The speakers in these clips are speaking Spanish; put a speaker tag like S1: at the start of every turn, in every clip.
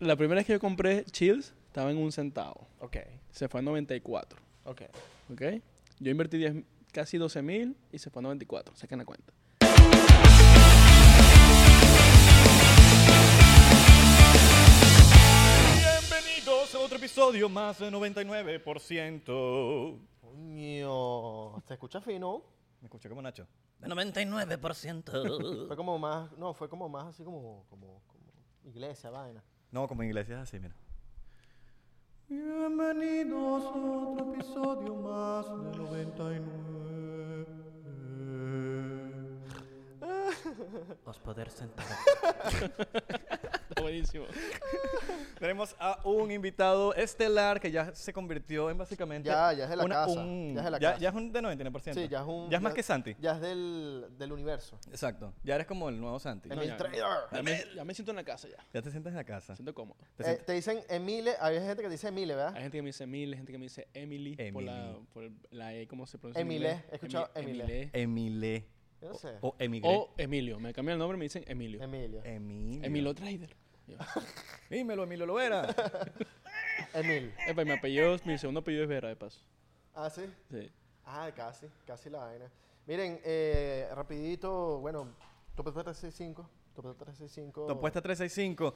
S1: La primera vez que yo compré Chills estaba en un centavo.
S2: Ok,
S1: Se fue a 94.
S2: ok.
S1: ¿Ok? Yo invertí 10 casi 12 mil y se fue a 94. Saquen la cuenta.
S2: Bienvenidos a otro episodio más de 99%.
S3: Coño, se escucha fino.
S2: Me escuché como Nacho.
S4: De 99%.
S3: Fue como más, no, fue como más así como, como, como iglesia, vaina.
S2: No, como en inglés es así, mira. Bienvenidos a otro episodio más de 99.
S4: Os poder sentar.
S1: Está buenísimo.
S2: Tenemos a un invitado estelar que ya se convirtió en básicamente.
S3: Ya, ya es de la casa, ya es de la casa.
S2: ya es un de 99%.
S3: Sí, ya es un.
S2: Ya es más que Santi.
S3: Ya es del, del universo.
S2: Exacto. Ya eres como el nuevo Santi.
S3: Emil
S1: ya.
S3: Trader.
S1: Ya me, ya me siento en la casa ya.
S2: Ya te sientes en la casa.
S1: Me siento cómodo.
S2: Te
S3: Eh,
S2: sientes-
S3: te dicen Emile, hay gente que te dice Emile,
S1: Hay
S3: ¿verdad?
S1: gente que me dice Mil, hay gente que me dice Emily, por, la,
S2: Emily.
S1: por el- la E, ¿cómo se pronuncia? en
S3: Emile,
S1: inglés?
S3: he escuchado
S1: Emi-
S3: Emile.
S2: Emile.
S3: Yo no
S2: O-
S3: sé.
S2: O Emigré.
S1: O Emilio. Me cambian el nombre y me dicen
S2: oh.
S1: Emilio.
S3: Emilio.
S2: Eh. Emilio.
S1: Emilio Trader. Yo,
S2: Dímelo, Emilio Lovera.
S3: Emil.
S1: Epa, y mi apellido, es- mi segundo apellido es Vera, de paso.
S3: Ah, sí.
S1: Sí.
S3: Ah, casi, casi la vaina. Miren, eh, rapidito, bueno, Top 365. Top 365.
S2: Tu apuesta 365.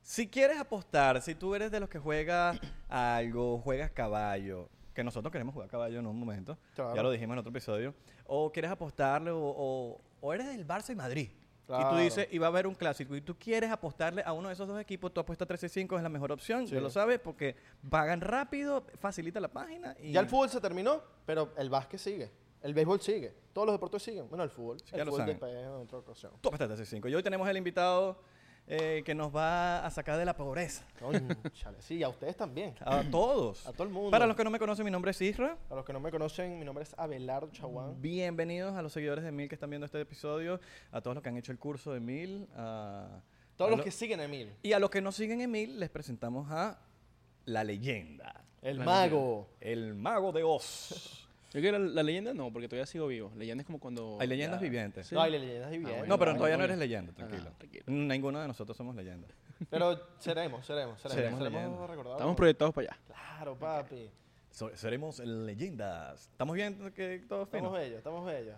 S2: Si quieres apostar, si tú eres de los que juega algo, juegas caballo, que nosotros queremos jugar caballo en un momento,
S3: Claro.
S2: ya lo dijimos en otro episodio, o quieres apostarle, o, o- o eres del Barça y Madrid, y tú
S3: Claro.
S2: dices, y va a haber un clásico, y tú quieres apostarle a uno de esos dos equipos, tu apuesta 365 es la mejor opción,
S3: Sí.
S2: ya lo sabes, porque pagan rápido, facilita la página. Y
S3: Ya el fútbol se terminó, pero el básquet sigue. El béisbol sigue. Todos los deportes siguen. Bueno, el fútbol.
S2: Sí,
S3: el
S2: ya lo
S3: fútbol
S2: saben.
S3: después es otra ocasión.
S2: Tu apuesta 365. Y hoy tenemos el invitado eh, que nos va a sacar de la pobreza.
S3: Cónchale, sí, y a ustedes también.
S2: A todos.
S3: A todo el mundo.
S2: Para los que no me conocen, mi nombre es Isra.
S3: A los que no me conocen, mi nombre es Abelardo
S2: Mm.
S3: Chaguán.
S2: Bienvenidos a los seguidores de Mil que están viendo este episodio, a todos los que han hecho el curso de Mil. a- a
S3: Todos los
S2: lo-
S3: que siguen a Emil.
S2: Y a los que no siguen en Mil, les presentamos a la leyenda,
S3: El
S1: La
S3: mago.
S2: el mago de Oz.
S1: Yo que la, la leyenda no, porque todavía sigo vivo. Leyenda es como cuando.
S2: Hay leyendas
S1: ya-
S2: vivientes.
S1: Sí.
S3: No, hay leyendas y bien.
S1: bueno,
S2: no, pero
S1: bueno,
S2: todavía no
S1: bueno.
S2: eres leyenda,
S1: Ah,
S2: tranquilo.
S1: tranquilo.
S2: Ninguno de nosotros somos leyenda.
S3: Pero seremos, seremos, seremos.
S2: Seremos
S3: Seremos,
S2: leyendas.
S3: recordados.
S1: Estamos proyectados para allá.
S3: Claro, papi.
S2: So- seremos leyendas. Estamos viendo que todo fino.
S3: Estamos bellos, estamos bellos.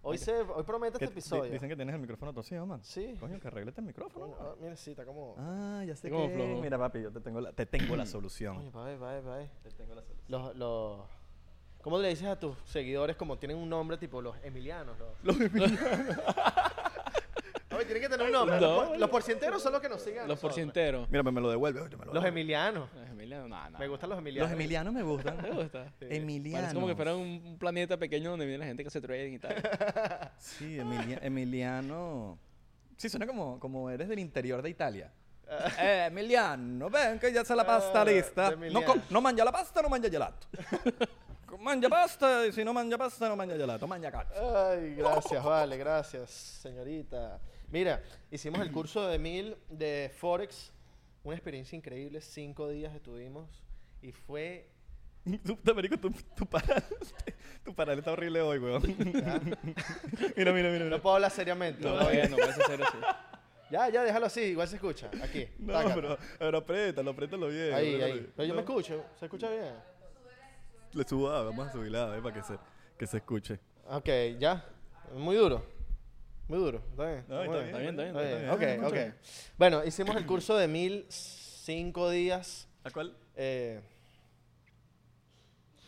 S3: Hoy, se, hoy promete
S2: Que
S3: este
S2: di-
S3: episodio.
S2: Dicen que tienes el micrófono torcido, man.
S3: Sí.
S2: Coño, que arreglete el micrófono.
S3: Coño,
S2: man.
S3: ah, mira, sí, está como...
S2: Ah, ya sé
S1: Está como
S2: que...
S1: flojo.
S2: Mira, papi, yo te tengo la, te tengo la
S3: Oye,
S2: solución.
S3: papi, papi, papi. Te tengo la solución. Los, los... ¿Cómo le dices a tus seguidores como tienen un nombre tipo los Emilianos? Los...
S2: Los
S3: Oye, tienen que tener un nombre.
S1: No.
S3: Los, por- los porcienteros son los que nos siguen. a
S1: Los
S3: nosotros.
S1: porcienteros.
S2: Mira, me me lo devuelve. oye, me lo
S3: Los
S2: devuelve.
S3: Emilianos.
S1: Los Emilianos, no, no.
S3: Me gustan los Emilianos.
S2: Los emilianos me gustan.
S1: ¿Te gusta?
S2: Emilianos.
S1: Parece como que fuera un un planeta pequeño donde viene la gente que se trae y tal.
S2: Sí, Emilia- Emiliano. Sí, suena como, como eres del interior de Italia.
S1: Ah.
S2: Eh, Emiliano, ven que ya está la pasta
S3: Ah,
S2: lista.
S3: de
S2: No, com-
S3: Emiliano.
S2: no mangia la pasta, no mangia gelato. Com- mangia pasta, y si no mangia pasta, no mangia gelato, mangia cazzo.
S1: Ah.
S3: Ay, gracias, vale, gracias, señorita. Mira, hicimos el curso de mil de Forex. Una experiencia increíble. Cinco días estuvimos y fue.
S2: Tú, te marico, tu, tu paral, tu paral está horrible hoy, weón.
S1: Ah.
S2: mira, mira, mira.
S3: No puedo hablar seriamente.
S1: No,
S3: ¿no?
S1: todavía no parece ser así.
S3: Ya, ya, déjalo así, igual se escucha. Aquí.
S2: No,
S3: tácata.
S2: pero, pero apriétalo, apriétalo bien.
S3: Ahí,
S2: apriétalo
S3: ahí.
S2: bien.
S3: Pero
S2: No.
S3: yo me escucho, se escucha bien.
S2: Le subo, ah, vamos a subirla, a ver, para que se, que se escuche.
S3: Ok, ya. Muy duro. Muy duro. Está bien.
S2: No,
S3: muy
S2: está bien,
S1: está bien,
S3: Está bien,
S2: está bien.
S3: Ok, ok. Bueno, hicimos el curso de mil cinco días.
S2: ¿A cuál?
S3: Eh,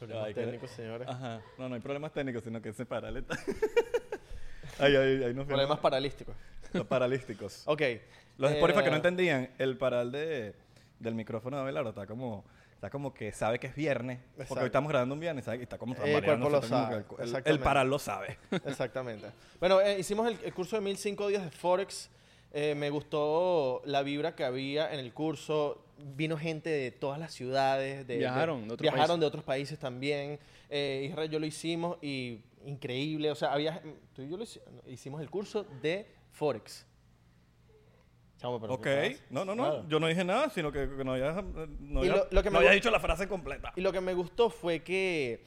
S2: Ay, Ah, que-
S3: técnicos, señores.
S2: Ajá. No, no hay problemas técnicos, sino que se paraleta. ay, ay, ay, nos
S3: Problemas paralísticos.
S2: Los paralísticos.
S3: Ok.
S2: Los de Spotify que no
S3: Eh,
S2: entendían, el paral de, del micrófono de Abelardo está como, está como que sabe que es viernes. Porque
S3: Exacto.
S2: hoy estamos grabando un viernes, ¿sabes? Y está como
S3: El cuerpo lo
S2: tambaleándose, está como
S3: sabe,
S2: que el- El, el
S3: exactamente.
S2: paral lo sabe.
S3: Exactamente. Bueno, eh, hicimos el, el curso de 1005 días de Forex. Eh, me gustó la vibra que había en el curso. Vino gente de todas las ciudades. De,
S1: Viajaron de
S3: de
S1: otros
S3: viajaron
S1: países.
S3: de otros países también. Eh, Israel yo lo hicimos y increíble. O sea, había, tú y yo lo hici- no, hicimos el curso de Forex. Chamo, pero
S2: ok.
S3: ¿qué pasa?
S2: No, no, no.
S3: Claro.
S2: Yo no dije nada, sino que, que no había, no
S3: Y
S2: había-
S3: lo- lo que
S2: no
S3: me
S2: había
S3: gu-
S2: dicho la frase completa.
S3: Y lo que me gustó fue que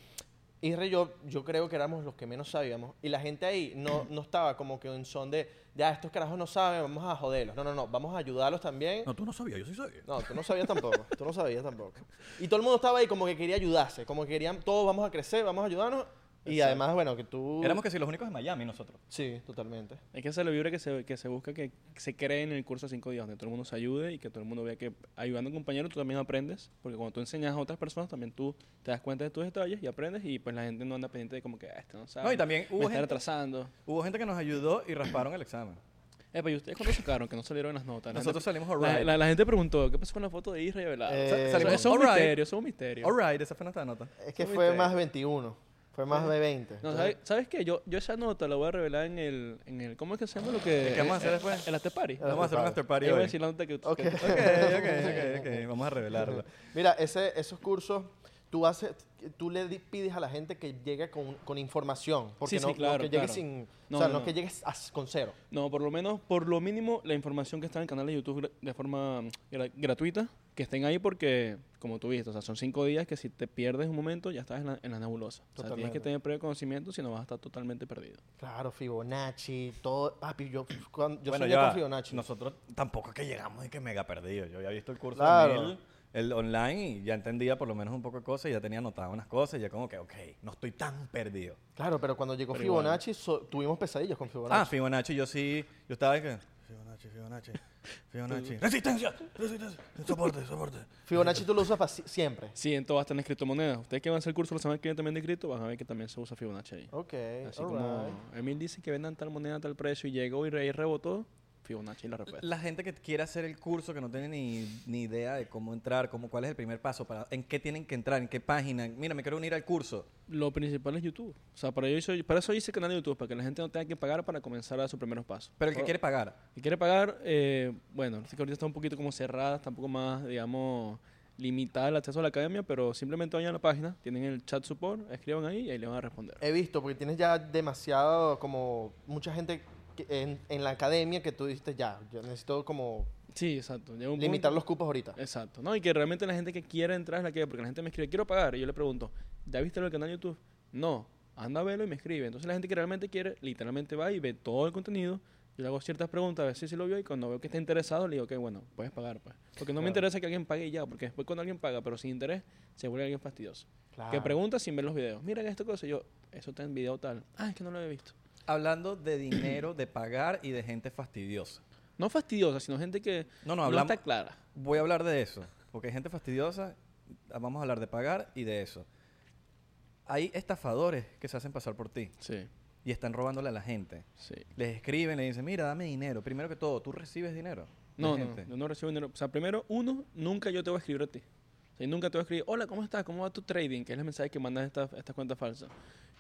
S3: Isra y yo, yo creo que éramos los que menos sabíamos. Y la gente ahí no, no estaba como que en son de, ya, estos carajos no saben, vamos a joderlos. No, no, no, vamos a ayudarlos también.
S2: tú no sabías, yo sí sabía.
S3: No, tú no sabías tampoco. Tú no sabías tampoco. Y todo el mundo estaba ahí como que quería ayudarse, como que querían, todos vamos a crecer, vamos a ayudarnos. Y además, bueno, que tú.
S2: Éramos que sí, los únicos de Miami nosotros.
S3: Sí, totalmente.
S1: Es que esa es la vibra que se, que se busca que se cree en el curso de cinco días, donde todo el mundo se ayude y que todo el mundo vea que ayudando a un compañero tú también aprendes, porque cuando tú enseñas a otras personas también tú te das cuenta de tus detalles y aprendes y pues la gente no anda pendiente de como que, ah, este no sabe.
S2: No, y también hubo
S1: me está
S2: gente-
S1: retrasando.
S2: Hubo gente que nos ayudó y rasparon el examen.
S1: Eh, pero ¿y ustedes cuándo sacaron? Que no salieron las notas. La
S2: Nosotros
S1: gente-
S2: salimos all
S1: la-
S2: right.
S1: La, la gente preguntó, ¿qué pasó con la foto de Isra y Abelardo?
S3: Eh,
S1: O sea,
S2: Sa-
S1: eso,
S2: salimos
S1: eso es un
S2: all right.
S1: misterio, eso es un misterio.
S2: All right, esa fue nuestra nota.
S3: Es que
S1: Tú
S3: fue
S1: viste.
S3: más 21. Fue más de 20.
S1: No,
S3: Entonces,
S1: ¿sabes, ¿sabes qué? Yo, yo esa nota la voy a revelar en el, en el ¿cómo es que se llama lo que?
S2: ¿Y qué vamos a hacer
S1: eh,
S2: después?
S1: El after party.
S3: Ah,
S2: Vamos a hacer un after party
S1: Ahí voy a
S2: hoy.
S1: decir la nota que, que-
S3: Ok.
S1: que-
S2: Ok, ok, ok, ok. Vamos a revelarlo.
S3: Mira, ese, esos cursos, tú, haces, tú le di- pides a la gente que llegue con, con información. Porque
S1: Sí, sí,
S3: no, no
S1: claro,
S3: que llegue
S1: claro.
S3: sin.
S1: No,
S3: o sea,
S1: no,
S3: no,
S1: no.
S3: que llegues as- con cero.
S1: No, por lo menos, por lo mínimo, la información que está en el canal de YouTube gra- de forma mm, gra- gratuita, que estén ahí porque, como tú viste, o sea, son cinco días que si te pierdes un momento ya estás en la, en la nebulosa. O sea, tienes
S3: Totalmente.
S1: que tener previo conocimiento, si no vas a estar totalmente perdido.
S3: Claro, Fibonacci, todo. Papi, yo, cuando, yo
S2: bueno,
S3: soñé
S2: ya
S3: con
S2: va.
S3: Fibonacci.
S2: Nosotros tampoco es que llegamos y que mega perdido. Yo había visto el curso
S3: Claro.
S2: de Neil, el online, y ya entendía por lo menos un poco de cosas, y ya tenía anotado unas cosas, y ya como que, ok, no estoy tan perdido.
S3: Claro, pero cuando llegó
S1: Pero igual.
S3: Fibonacci, so- tuvimos pesadillas con
S2: Ah,
S3: Fibonacci.
S2: Fibonacci, yo sí, yo estaba de que... Fibonacci, Fibonacci, Fibonacci. ¡Resistencia! ¡Resistencia! ¡Soporte, soporte!
S1: Ah.
S3: Fibonacci tú lo usas para siempre.
S1: Sí, en todas están en criptomonedas. Ustedes que van a hacer el curso la semana que viene también de cripto, van a ver que también se usa Fibonacci ahí.
S3: Ok,
S1: Así
S3: all
S1: como
S3: right.
S1: Emil dice que vendan tal moneda a tal precio y llegó y, re- y rebotó, Fibonacci la respuesta.
S2: Pues, La gente que quiere hacer el curso, que no tiene ni, ni idea de cómo entrar, cómo, cuál es el primer paso, para, en qué tienen que entrar, en qué página. Mira, me quiero unir al curso.
S1: Lo principal es YouTube. O sea, para, ello hice- para eso hice el canal de YouTube, para que la gente no tenga que pagar para comenzar a sus primeros pasos.
S2: Pero el que
S1: Ahora-
S2: quiere pagar.
S1: Si quiere pagar, eh, bueno, sé que ahorita está un poquito como cerrada, está un poco más, digamos, limitada el acceso a la academia, pero simplemente vayan a la página, tienen el chat support, escriban ahí y ahí le van a responder.
S3: He visto, porque tienes ya demasiado, como mucha gente que- en, en la academia que tú dijiste ya, yo necesito como
S1: Sí, exacto. llega un
S3: limitar
S1: punto- Eh,
S3: los cupos ahorita.
S1: Exacto. No, y que realmente la gente que quiere entrar es la que, porque la gente me escribe, quiero pagar, y yo le pregunto, ¿ya viste lo del canal de YouTube? No, anda a verlo y me escribe. Entonces la gente que realmente quiere, literalmente va y ve todo el contenido. Yo le hago ciertas preguntas, a ver si sí lo vio y cuando veo que está interesado le digo que bueno, puedes pagar pues. Porque no me interesa que alguien pague y ya, porque después cuando alguien paga pero sin interés, se vuelve alguien fastidioso. Que
S3: Claro.
S1: pregunta sin ver los videos. Mira esta cosa, y yo, eso está en video tal. Ah, es que no lo he visto.
S2: Hablando de dinero, de pagar y de gente fastidiosa.
S1: No fastidiosa, sino gente que
S2: No, no, hablamos-
S1: está clara.
S2: Voy a hablar de eso, porque hay gente fastidiosa. Vamos a hablar de pagar y de eso. Hay estafadores que se hacen pasar por ti
S1: Sí,
S2: y están robándole a la gente.
S1: sí.
S2: Les escriben, le dicen, mira, dame dinero. Primero que todo, ¿tú recibes dinero? de
S1: No, no,
S2: gente?
S1: yo no recibo dinero. O sea, primero, uno, nunca yo te voy a escribir a ti. O sea, nunca te voy a escribir, hola, ¿cómo estás? ¿Cómo va tu trading? Que es el mensaje que mandas a estas estas cuentas falsas.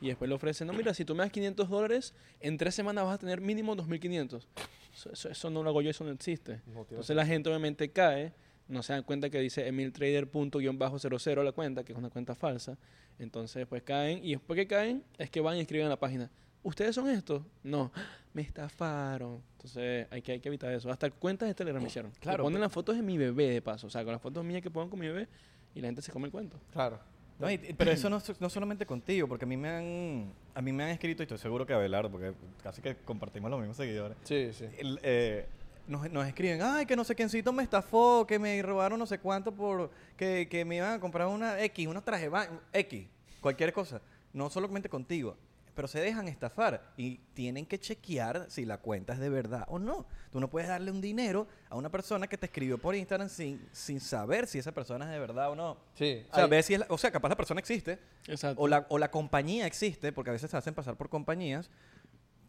S1: Y después le ofrecen, no, mira, si tú me das 500 dólares, en tres semanas vas a tener mínimo 2.500. Eso, eso, eso no lo hago yo, eso no existe.
S3: No tiene
S1: Entonces la gente obviamente cae, no se dan cuenta que dice emiltrader.00 la cuenta, que es una cuenta falsa. Entonces pues caen y después que caen es que van y escriben en la página. ¿Ustedes son estos? No, me estafaron. Entonces hay que, hay que evitar eso. Hasta cuentas de Telegram me hicieron. Le
S2: Claro,
S1: ponen las fotos de mi bebé de paso, o sea, con las fotos mías que pongan con mi bebé y la gente se come el cuento.
S3: Claro.
S2: No, y- y- pero eso no, so- no solamente contigo, porque a mí me han, a mí me han escrito, y estoy seguro que Abelardo, porque casi que compartimos los mismos seguidores.
S3: Sí, sí.
S2: el, eh, nos, nos escriben, ay, que no sé quiéncito me estafó, que me robaron no sé cuánto por, que, que me iban a comprar una X, unos trajes ba- X, cualquier cosa. No solamente contigo, pero se dejan estafar y tienen que chequear si la cuenta es de verdad o no. Tú no puedes darle un dinero a una persona que te escribió por Instagram sin, sin saber si esa persona es de verdad o no.
S3: Sí.
S2: O sea,
S3: hay-
S2: ve si es la- o sea, capaz la persona existe,
S1: Exacto.
S2: o la, o la compañía existe, porque a veces se hacen pasar por compañías,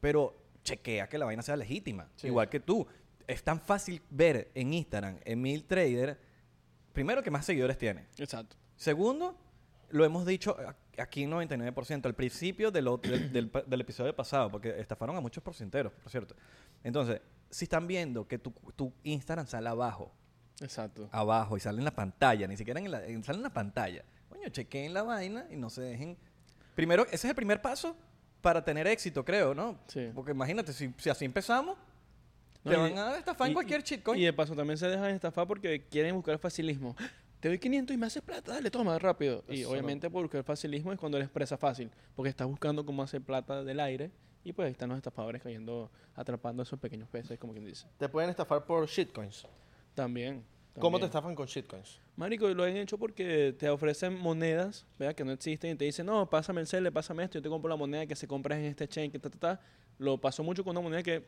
S2: pero chequea que la vaina sea legítima.
S3: Sí.
S2: Igual que tú. Es tan fácil ver en Instagram, Emil Trader, primero que más seguidores tiene.
S1: Exacto.
S2: Segundo, lo hemos dicho a- aquí 99%, al principio del, ot- del, del pa- del episodio pasado, porque estafaron a muchos porcenteros, por cierto. Entonces, si están viendo que tu, tu Instagram sale abajo,
S1: Exacto.
S2: abajo y sale en la pantalla, ni siquiera en la, en- sale en la pantalla. Coño, chequeen la vaina y no se dejen. Primero, ese es el primer paso para tener éxito, creo, ¿no?
S1: Sí.
S2: Porque imagínate, si, si así empezamos,
S1: No,
S2: te
S1: y
S2: van
S1: de-
S2: a estafar en
S1: y-
S2: cualquier
S1: Y
S2: shitcoin.
S1: de paso también se dejan estafar porque quieren buscar facilismo. te doy 500 y me haces plata, dale, toma, rápido. Y
S3: Eso
S1: obviamente porque el facilismo es cuando él expresa fácil, porque estás buscando cómo hacer plata del aire y pues ahí están los estafadores cayendo, atrapando a esos pequeños peces, como quien dice.
S3: Te pueden estafar por shitcoins.
S1: También.
S3: ¿Cómo te
S1: también.
S3: estafan con shitcoins?
S1: Marico, lo han hecho porque te ofrecen monedas, ¿verdad? Que no existen y te dicen, no, pásame el cel, pásame esto, yo te compro la moneda que se compra en este chain, que ta, ta, ta. Lo pasó mucho con una moneda que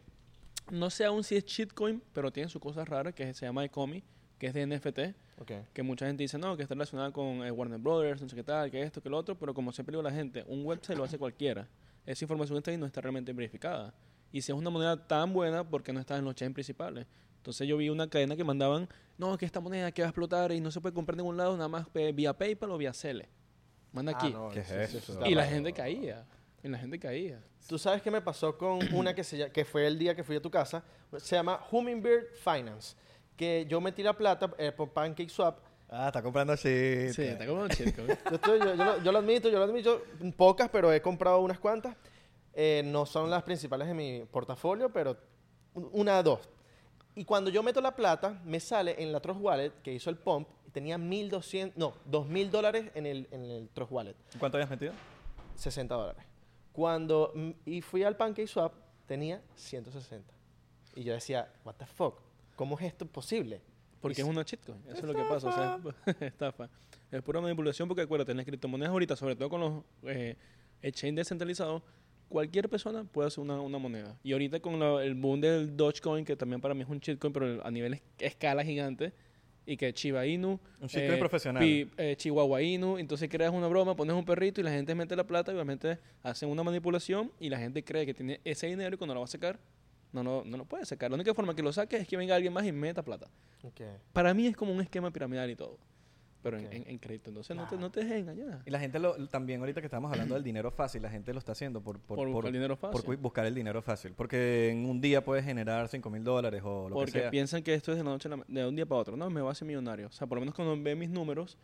S1: no sé aún si es shitcoin, pero tiene sus cosas raras, que se llama Ecomi, que es de NFT,
S3: Ok.
S1: que mucha gente dice, no, que está relacionada con eh, Warner Brothers, no sé qué tal, que esto, que lo otro, pero como siempre digo a la gente, un website lo hace cualquiera. Esa información que está ahí no está realmente verificada. Y si es una moneda tan buena, ¿por qué no está en los chains principales? Entonces yo vi una cadena que mandaban, no, que esta moneda que va a explotar y no se puede comprar en ningún lado, nada más eh, vía PayPal o vía Cele.
S3: Ah,
S1: Manda aquí.
S2: ¿Qué es eso?
S1: y la gente caía. Y la gente caía.
S3: Tú sabes qué me pasó con una que, se, lla- que fue el día que fui a tu casa. Se llama Hummingbird Finance. Que yo metí la plata eh, por Pancake Swap.
S2: Ah, está comprando shit.
S1: Sí, está como un chico.
S3: Yo, estoy- yo- yo lo, yo lo admito, yo lo admito. Pocas, pero he comprado unas cuantas. Eh, no son las principales de mi portafolio, pero un- una o dos. Y cuando yo meto la plata, me sale en la Trust Wallet que hizo el pump. Tenía 1.200, no, 2.000 dólares en el, en el Trust Wallet.
S2: ¿Cuánto habías metido?
S3: 60 dólares. Cuando mm, y fui al Pancake Swap, tenía 160. Y yo decía, what the fuck, ¿cómo es esto posible?
S1: Porque es una shitcoin. Eso es lo que pasa. O sea, es estafa. Es pura manipulación porque acuérdate, en las criptomonedas ahorita, sobre todo con los eh, exchanges descentralizados, cualquier persona puede hacer una, una moneda. Y ahorita con la- el boom del Dogecoin, que también para mí es un shitcoin, pero a nivel es- escala gigante, y que Chiba Inu...
S2: Un shitcoin profesional.
S1: pi- eh, Chihuahua Inu, entonces creas una broma, pones un perrito y la gente mete la plata y obviamente hacen una manipulación y la gente cree que tiene ese dinero y cuando lo va a sacar, no lo, no lo puede sacar. La única forma que lo saque es que venga alguien más y meta plata. Para mí es como un esquema piramidal y todo. Pero en-
S3: Ok.
S1: en, en crédito. Entonces no, te, no te dejes engañar.
S2: Y la gente lo, también ahorita que estamos hablando del dinero fácil, la gente lo está haciendo por,
S1: Por buscar el dinero fácil.
S2: Por cu- buscar el dinero fácil. Porque en un día puedes generar 5 mil dólares o lo
S1: Porque
S2: que sea.
S1: piensan que esto es de, la noche a la ma- de un día para otro. No, me va a hacer millonario. O sea, por lo menos cuando ven mis números,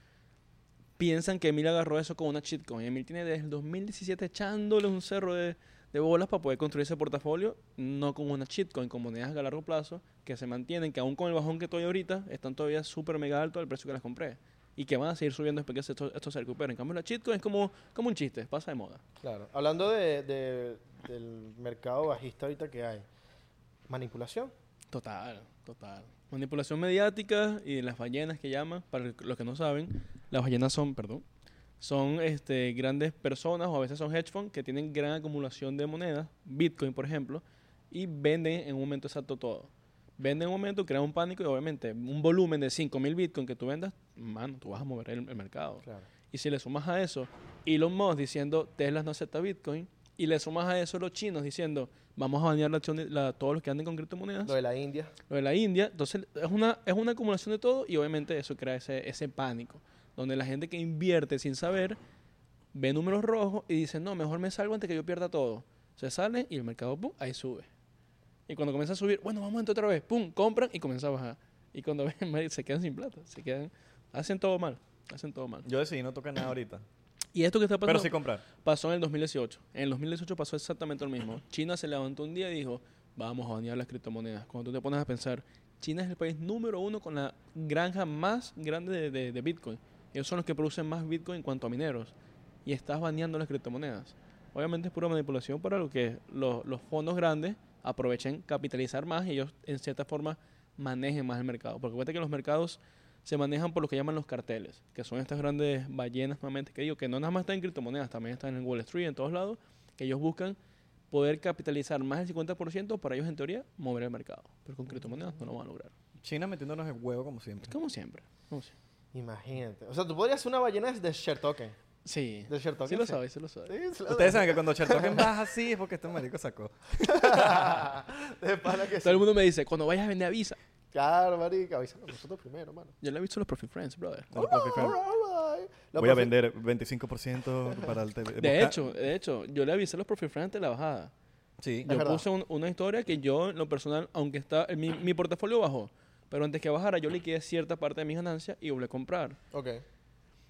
S1: piensan que Emil agarró eso con una shitcoin. Emil tiene desde el 2017 echándole un cerro de, de bolas para poder construir ese portafolio, no con una shitcoin, con monedas a largo plazo que se mantienen, que aún con el bajón que estoy ahorita, están todavía súper mega alto al precio que las compré. Y que van a seguir subiendo después que esto, esto se recupere. En cambio, la shitcoin es como, como un chiste, pasa de moda.
S3: Claro. Hablando de- de- del mercado bajista ahorita que hay, manipulación.
S1: Total, total. Manipulación mediática y las ballenas que llaman, para los que no saben, las ballenas son, perdón, son este, grandes personas o a veces son hedge funds que tienen gran acumulación de monedas, Bitcoin por ejemplo, y venden en un momento exacto todo. Venden en un momento, crean un pánico y obviamente un volumen de 5.000 Bitcoin que tú vendas, mano, tú vas a mover el, el mercado.
S3: Claro.
S1: Y si le sumas a eso Elon Musk diciendo Tesla no acepta Bitcoin, y le sumas a eso los chinos diciendo vamos a banear la acción de- la- todos los que anden con criptomonedas
S3: Lo de la India.
S1: lo de la India. Entonces, es una, es una acumulación de todo y obviamente eso crea ese, ese pánico, donde la gente que invierte sin saber ve números rojos y dice, no, mejor me salgo antes que yo pierda todo. Se sale y el mercado, pum, ahí sube. Y cuando comienza a subir, bueno, vamos a entrar otra vez, pum, compran y comienza a bajar. Y cuando ven, marico, se quedan sin plata, se quedan, hacen todo mal, hacen todo mal.
S2: Yo decidí no tocar nada ahorita.
S1: Y esto que está pasando
S2: Pero sí comprar.
S1: pasó en el 2018. En el 2018 pasó exactamente lo mismo. China se levantó un día y dijo, vamos a banear las criptomonedas. Cuando tú te pones a pensar, China es el país número uno con la granja más grande de, de- de Bitcoin. Ellos son los que producen más Bitcoin en cuanto a mineros. Y estás baneando las criptomonedas. Obviamente es pura manipulación para lo que los, los fondos grandes aprovechen capitalizar más y ellos en cierta forma manejen más el mercado. Porque acuérdate que los mercados se manejan por lo que llaman los carteles, que son estas grandes ballenas nuevamente que digo, que no nada más están en criptomonedas, también están en Wall Street, en todos lados, que ellos buscan poder capitalizar más del 50% para ellos en teoría mover el mercado. Pero con criptomonedas no lo van a lograr.
S2: China metiéndonos el huevo como siempre.
S1: Como siempre. como siempre.
S3: Imagínate. O sea, tú podrías ser una ballena de share token.
S1: Sí.
S3: De cierto,
S1: Sí
S3: ¿qué
S1: lo
S3: sé?
S1: sabes, sí lo sabes.
S3: Sí, se lo-
S2: Ustedes saben que cuando Chertogen baja así es porque este marico sacó.
S3: de pana que
S1: Todo el
S3: sí.
S1: mundo me dice, cuando vayas a vender avisa.
S3: Claro, marica. Avísanos nosotros primero, mano.
S1: Yo lo he visto en los Profit Friends, brother.
S3: All right, all right. Lo
S2: Voy a
S3: profe-
S2: vender 25% para el
S3: Eh,
S2: TV.
S1: De hecho, de hecho, yo le avisé a los Profit Friends de la bajada.
S2: Sí.
S1: Yo
S3: verdad.
S1: puse un- una historia que yo, en lo personal, aunque está, mi, mi portafolio bajó, pero antes que bajara, yo liquidé cierta parte de mis ganancias y volví a comprar.
S3: Ok.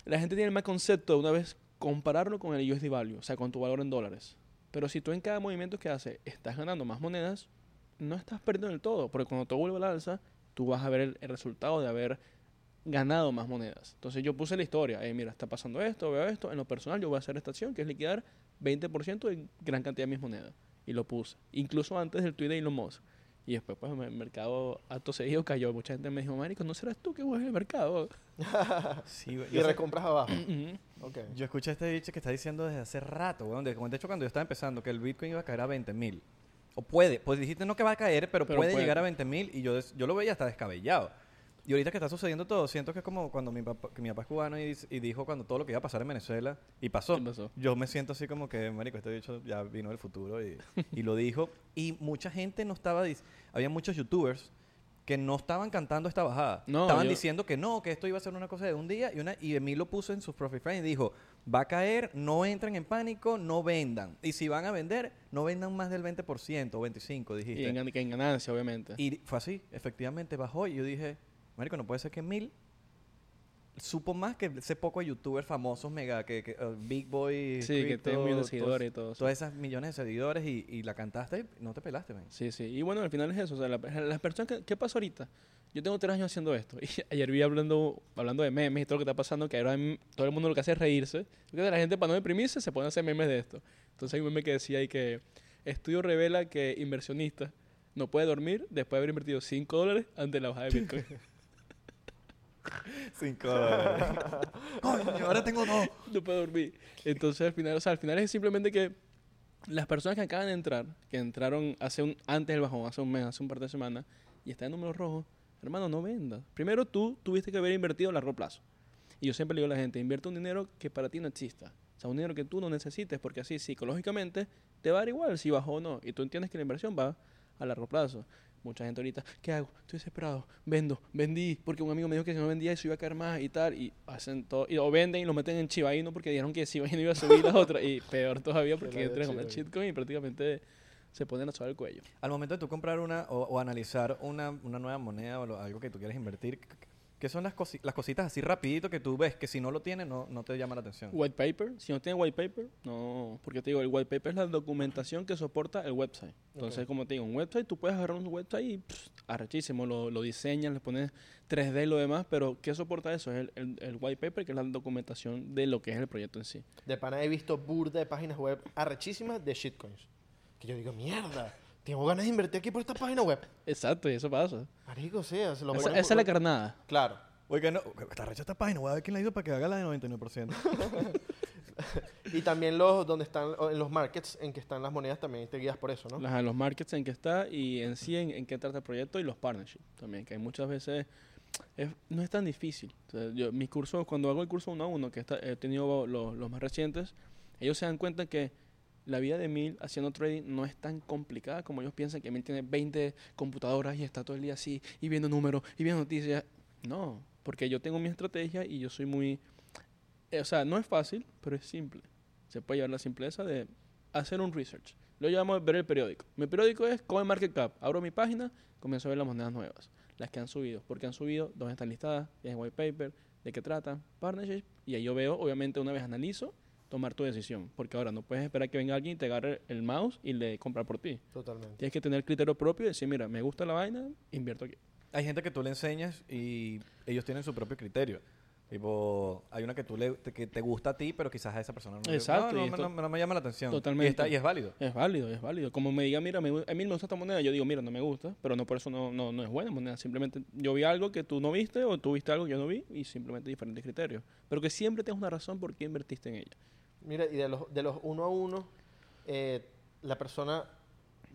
S1: La gente tiene el mal concepto de una vez compararlo con el USD value, o sea, con tu valor en dólares. Pero si tú en cada movimiento que haces estás ganando más monedas, no estás perdiendo del todo, porque cuando todo vuelve a la alza, tú vas a ver el, el resultado de haber ganado más monedas. Entonces yo puse la historia, eh, mira, está pasando esto, veo esto, en lo personal yo voy a hacer esta acción, que es liquidar 20% de gran cantidad de mis monedas. Y lo puse, incluso antes del tweet de Elon Musk. Y después, pues, el mercado acto seguido cayó. Mucha gente me dijo, marico, ¿no serás tú que mueves el mercado?
S2: Sí, güey.
S3: Y
S2: Yo,
S3: recompras abajo.
S1: Ujú.
S3: ok.
S2: yo escuché a este dicho que está diciendo desde hace rato, weón. De, de hecho, cuando yo estaba empezando, que el Bitcoin iba a caer a 20 mil. O puede. Pues dijiste no que va a caer, pero,
S1: Pero
S2: puede,
S1: puede.
S2: llegar a 20 mil. Y yo, des- yo lo veía hasta descabellado. Y ahorita que está sucediendo todo, siento que es como cuando mi papá, que mi papá es cubano y, dice- y dijo cuando todo lo que iba a pasar en Venezuela y pasó.
S1: Y pasó.
S2: Yo me siento así como que, marico, este dicho ya vino del futuro y, y lo dijo. Y mucha gente no estaba... dic- Había muchos youtubers que no estaban cantando esta bajada.
S1: No,
S2: estaban
S1: yo-
S2: diciendo diciendo que no, que esto iba a ser una cosa de un día y una y Emil lo puso en sus profit friends y dijo, va a caer, no entren en pánico, no vendan. Y si van a vender, no vendan más del 20% o 25,
S1: Y en,
S2: dijiste.
S1: gan- que en ganancia, obviamente.
S2: Y, fue así, efectivamente bajó y yo dije, marico, no puede ser que Emil supo más que ese poco de youtubers famosos mega que, que, uh, Big Boy
S1: Sí, que
S2: Crypto,
S1: tiene millones de
S2: todos-
S1: seguidores y todo eso.
S2: todas esas millones de seguidores y, y la cantaste y no te pelaste man.
S1: Sí, sí. Y bueno, al final es eso. O sea, la- las personas que, ¿qué pasó ahorita? Yo tengo tres años haciendo esto. Y ayer vi hablando, hablando de memes y todo lo que está pasando, que ahora m- todo el mundo lo que hace es reírse. Entonces la gente para no deprimirse se pone a hacer memes de esto. Entonces hay un meme que decía ahí que estudio revela que inversionista no puede dormir después de haber invertido 5 dólares ante la bajada de Bitcoin.
S2: cinco Coño, ahora tengo dos
S1: no puede dormir. Entonces al final, o sea, al final es simplemente que las personas que acaban de entrar, que entraron hace un, antes del bajón, hace un mes, hace un par de semanas, y está en números rojos, hermano, no vendas. Primero tú tuviste que haber invertido a largo plazo. Y yo siempre le digo a la gente, invierte un dinero que para ti no exista. O sea, un dinero que tú no necesites, porque así psicológicamente te va a dar igual si bajó o no. Y tú entiendes que la inversión va a largo plazo. Mucha gente ahorita, ¿qué hago? Estoy desesperado, vendo, vendí, porque un amigo me dijo que si no vendía eso iba a caer más y tal. Y hacen todo, y lo venden y lo meten en Chiba Inu porque dijeron que Chiba Inu iba a subir las otras. Y peor todavía porque
S3: la dio
S1: entran con el
S3: Shiba Inu.
S1: shitcoin y prácticamente se ponen a sobar el cuello.
S2: Al momento de tú comprar una o, o analizar una, una nueva moneda o lo- algo que tú quieres invertir, ¿qué son las, cosi- las cositas así rapidito que tú ves que si no lo tienes no, no te llama la atención?
S1: White paper, si no tiene white paper, no, porque te digo, el white paper es la documentación que soporta el website. Entonces, como te digo, un website, tú puedes agarrar un website y pss, arrechísimo, lo, lo diseñas, le pones 3D y lo demás, pero ¿qué soporta eso? Es el, el- el white paper, que es la documentación de lo que es el proyecto en sí.
S3: De pana he visto burda de páginas web arrechísimas de shitcoins. Que yo digo, mierda, tengo ganas de invertir aquí por esta página web.
S1: Exacto, y eso pasa.
S3: Marico, sí, se lo
S1: Esa,
S3: ponen
S1: esa es la
S3: por-
S1: carnada.
S3: Claro.
S2: Oiga, no, está recha esta página, voy a ver quién la hizo para que haga la de 99%.
S3: Y también los donde están o en los markets en que están las monedas también te guías por eso, ¿no?
S1: Ajá, los markets en que está y en sí en, en qué trata el proyecto y los partnerships también, que hay muchas veces es- no es tan difícil. O sea, yo- mis cursos, cuando hago el curso uno a uno, que está- he tenido los, los más recientes, ellos se dan cuenta que la vida de Mil haciendo trading no es tan complicada como ellos piensan que Mil tiene 20 computadoras y está todo el día así y viendo números y viendo noticias. No, porque yo tengo mi estrategia y yo soy muy... eh, o sea, no es fácil, pero es simple. Se puede llevar la simpleza de hacer un research. Lo llamo ver el periódico. Mi periódico es CoinMarketCap. Abro mi página, comienzo a ver las monedas nuevas, las que han subido, por qué han subido, dónde están listadas, es white paper, de qué tratan, partnership, y ahí yo veo, obviamente, una vez analizo, tomar tu decisión, porque ahora no puedes esperar que venga alguien y te agarre el mouse y le compra por ti.
S3: Totalmente.
S1: Tienes que tener criterio propio y decir, mira, me gusta la vaina, invierto aquí.
S2: Hay gente que tú le enseñas y ellos tienen su propio criterio. Tipo, hay una que tú le, te- que te gusta a ti, pero quizás a esa persona no le
S1: Exacto,
S2: No,
S1: y
S2: no,
S1: esto-
S2: no- no me llama la atención.
S1: Totalmente.
S2: Y, está- y es válido.
S1: Es válido, es válido. Como me diga, mira, me, gu- a mí me gusta esta moneda, yo digo, mira, no me gusta, pero no por eso no, no, no es buena moneda. Simplemente yo vi algo que tú no viste o tú viste algo que yo no vi y simplemente diferentes criterios. Pero que siempre tengas una razón por qué invertiste en ella.
S3: Mira, y de los, de los uno a uno, eh, la persona,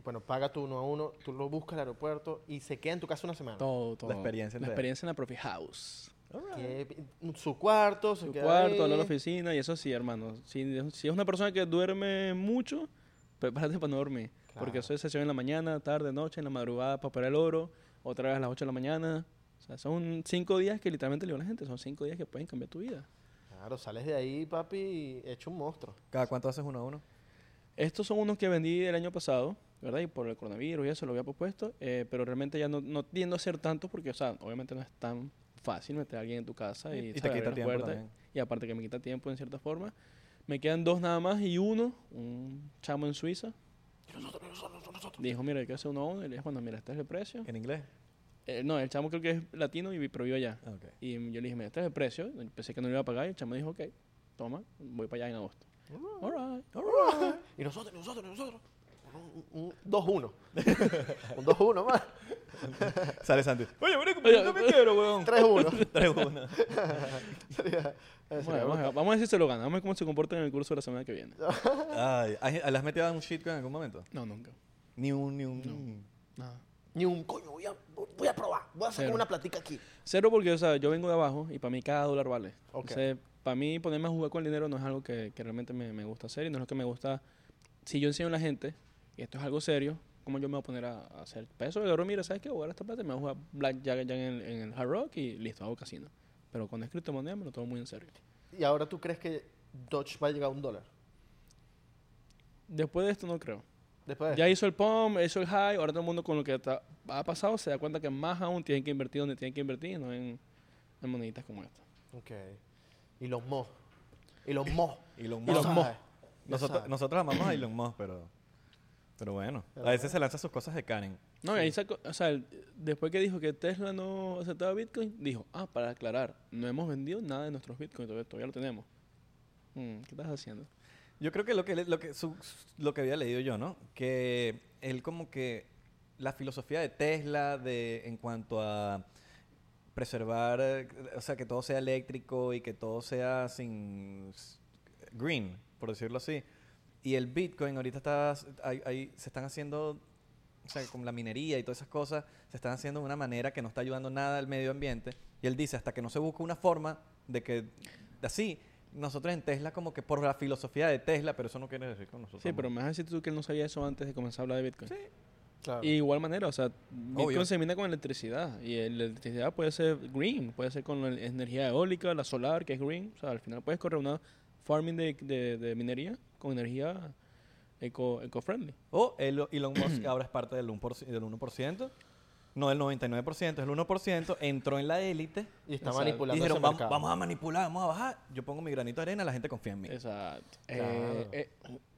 S3: bueno, paga tu uno a uno, tú lo buscas al aeropuerto y se queda en tu casa una semana.
S1: Todo, todo.
S2: experiencia
S1: La
S2: entera.
S1: experiencia en la Profi House.
S3: Que- su cuarto, se
S1: Su
S3: queda
S1: cuarto, hablar a
S3: ahí.
S1: la oficina y eso sí, hermano. Si, si es una persona que duerme mucho, prepárate para no dormir. Porque
S3: Claro.
S1: eso es sesión en la mañana, tarde, noche, en la madrugada para operar el oro, otra vez a las 8 de la mañana. O sea, son cinco días que literalmente le digo a la gente, son cinco días que pueden cambiar tu vida.
S3: Claro, sales de ahí, papi, hecho un monstruo.
S2: ¿Cada cuánto haces uno a uno?
S1: Estos son unos que vendí el año pasado, ¿verdad? Y por el coronavirus y eso lo había propuesto, eh, pero realmente ya no, no tiendo a hacer tanto porque, o sea, obviamente no es tan fácil meter a alguien en tu casa
S2: Y-
S1: y,
S2: y te
S1: ¿sabes? abrir
S2: quita
S1: las
S2: tiempo
S1: puertas.
S2: también.
S1: Y aparte que me quita tiempo en cierta forma. Me quedan dos nada más y uno, un chamo en Suiza. Dijo, mira, hay que hacer uno a uno. Y le dije, bueno, mira, este es el precio.
S2: ¿En inglés?
S1: eh, no, el chamo creo que es latino y vi- pero vive allá.
S2: Ah, ok.
S1: Y yo le dije, mira, este es el precio. Pensé que no lo iba a pagar y el chamo dijo, ok, toma, voy para allá en agosto. All right.
S3: Y nosotros, y nosotros, y nosotros. Un- Un un 2-1. un 2-1 más.
S2: Sale Santi. Oye, marico,
S1: Oye,
S2: pero yo también quiero, weón.
S3: 3-1.
S2: Trae una.
S3: Sería-
S1: Vamos, a ver, vamos a
S3: sería brutal.
S1: ver, vamos a ver si se lo gana. Vamos a ver cómo se comporta en el curso de la semana que viene.
S2: Ay, ¿a- ¿le has metido en un shitcoin en algún momento?
S1: No, nunca.
S2: Ni un, ni un.
S1: Nada.
S3: Ni un coño, voy a, voy a probar. Voy a sacar
S1: Cero.
S3: una platica aquí.
S1: Cero porque, o sea, yo vengo de abajo y para mí cada dólar vale.
S3: Ok.
S1: Entonces, para mí ponerme a jugar con el dinero no es algo que, que realmente me, me gusta hacer y no es lo que me gusta. Si yo enseño a la gente, y esto es algo serio, ¿cómo yo me voy a poner a, a hacer peso? Y ahora, mira, ¿sabes qué? Voy a ganar esta plata y me voy a jugar blackjack allá en el, en el Hard Rock y listo, hago casino. Pero con las criptomonedas me lo tomo muy en serio.
S3: ¿Y ahora tú crees que Dodge va a llegar a un dólar?
S1: Después de esto no creo.
S3: Después de
S1: Ya hizo el pump, hizo el high, ahora todo el mundo con lo que ta- ha pasado se da cuenta que más aún tienen que invertir donde tienen que invertir y no en, en moneditas como esta.
S3: Ok. Y los mo. Y los mo.
S2: Y los
S3: Ya
S1: los
S3: sabes,
S1: mo.
S3: ya
S2: Nosotros,
S3: sabes.
S2: nosotros amamos a Elon Musk, pero. Pero bueno. A veces se lanza sus cosas de Karen.
S1: No, y ahí sacó, o sea, el- después que dijo que Tesla no aceptaba Bitcoin, dijo, ah, para aclarar, no hemos vendido nada de nuestros Bitcoin, todavía, todavía lo tenemos. Mm, ¿Qué estás haciendo?
S2: Yo creo que lo que, le- lo, que su- su- lo que había leído yo, ¿no? Que él como que la filosofía de Tesla de en cuanto a preservar, eh, o sea, que todo sea eléctrico y que todo sea sin s- green, por decirlo así. Y el Bitcoin ahorita está, hay- hay- se están haciendo, o sea, con la minería y todas esas cosas, se están haciendo de una manera que no está ayudando nada al medio ambiente. Y él dice, hasta que no se busque una forma de que, de así, nosotros en Tesla como que por la filosofía de Tesla, pero eso no quiere decir con nosotros.
S1: Sí, pero me
S2: ¿no?
S1: vas a decir tú que él no sabía eso antes de comenzar a hablar de Bitcoin. Sí.
S3: Claro.
S1: Y igual manera, o sea, Bitcoin
S2: Obvio.
S1: se mina con electricidad y el- la electricidad puede ser green, puede ser con la energía eólica, la solar, que es green, o sea, al final puedes correr una farming de, de- de minería con energía eco- eco-friendly.
S2: O el- Elon Musk ahora es parte del 1%, del 1% no del 99%, es el 1%, entró en la élite.
S3: Y está
S1: Exacto.
S2: Y
S3: manipulando ese
S2: dijeron, "Vam-
S3: mercado.
S2: vamos a manipular, vamos a bajar. Yo pongo mi granito de arena, la gente confía en mí.
S1: Exacto.
S3: Claro.
S1: Eh, eh,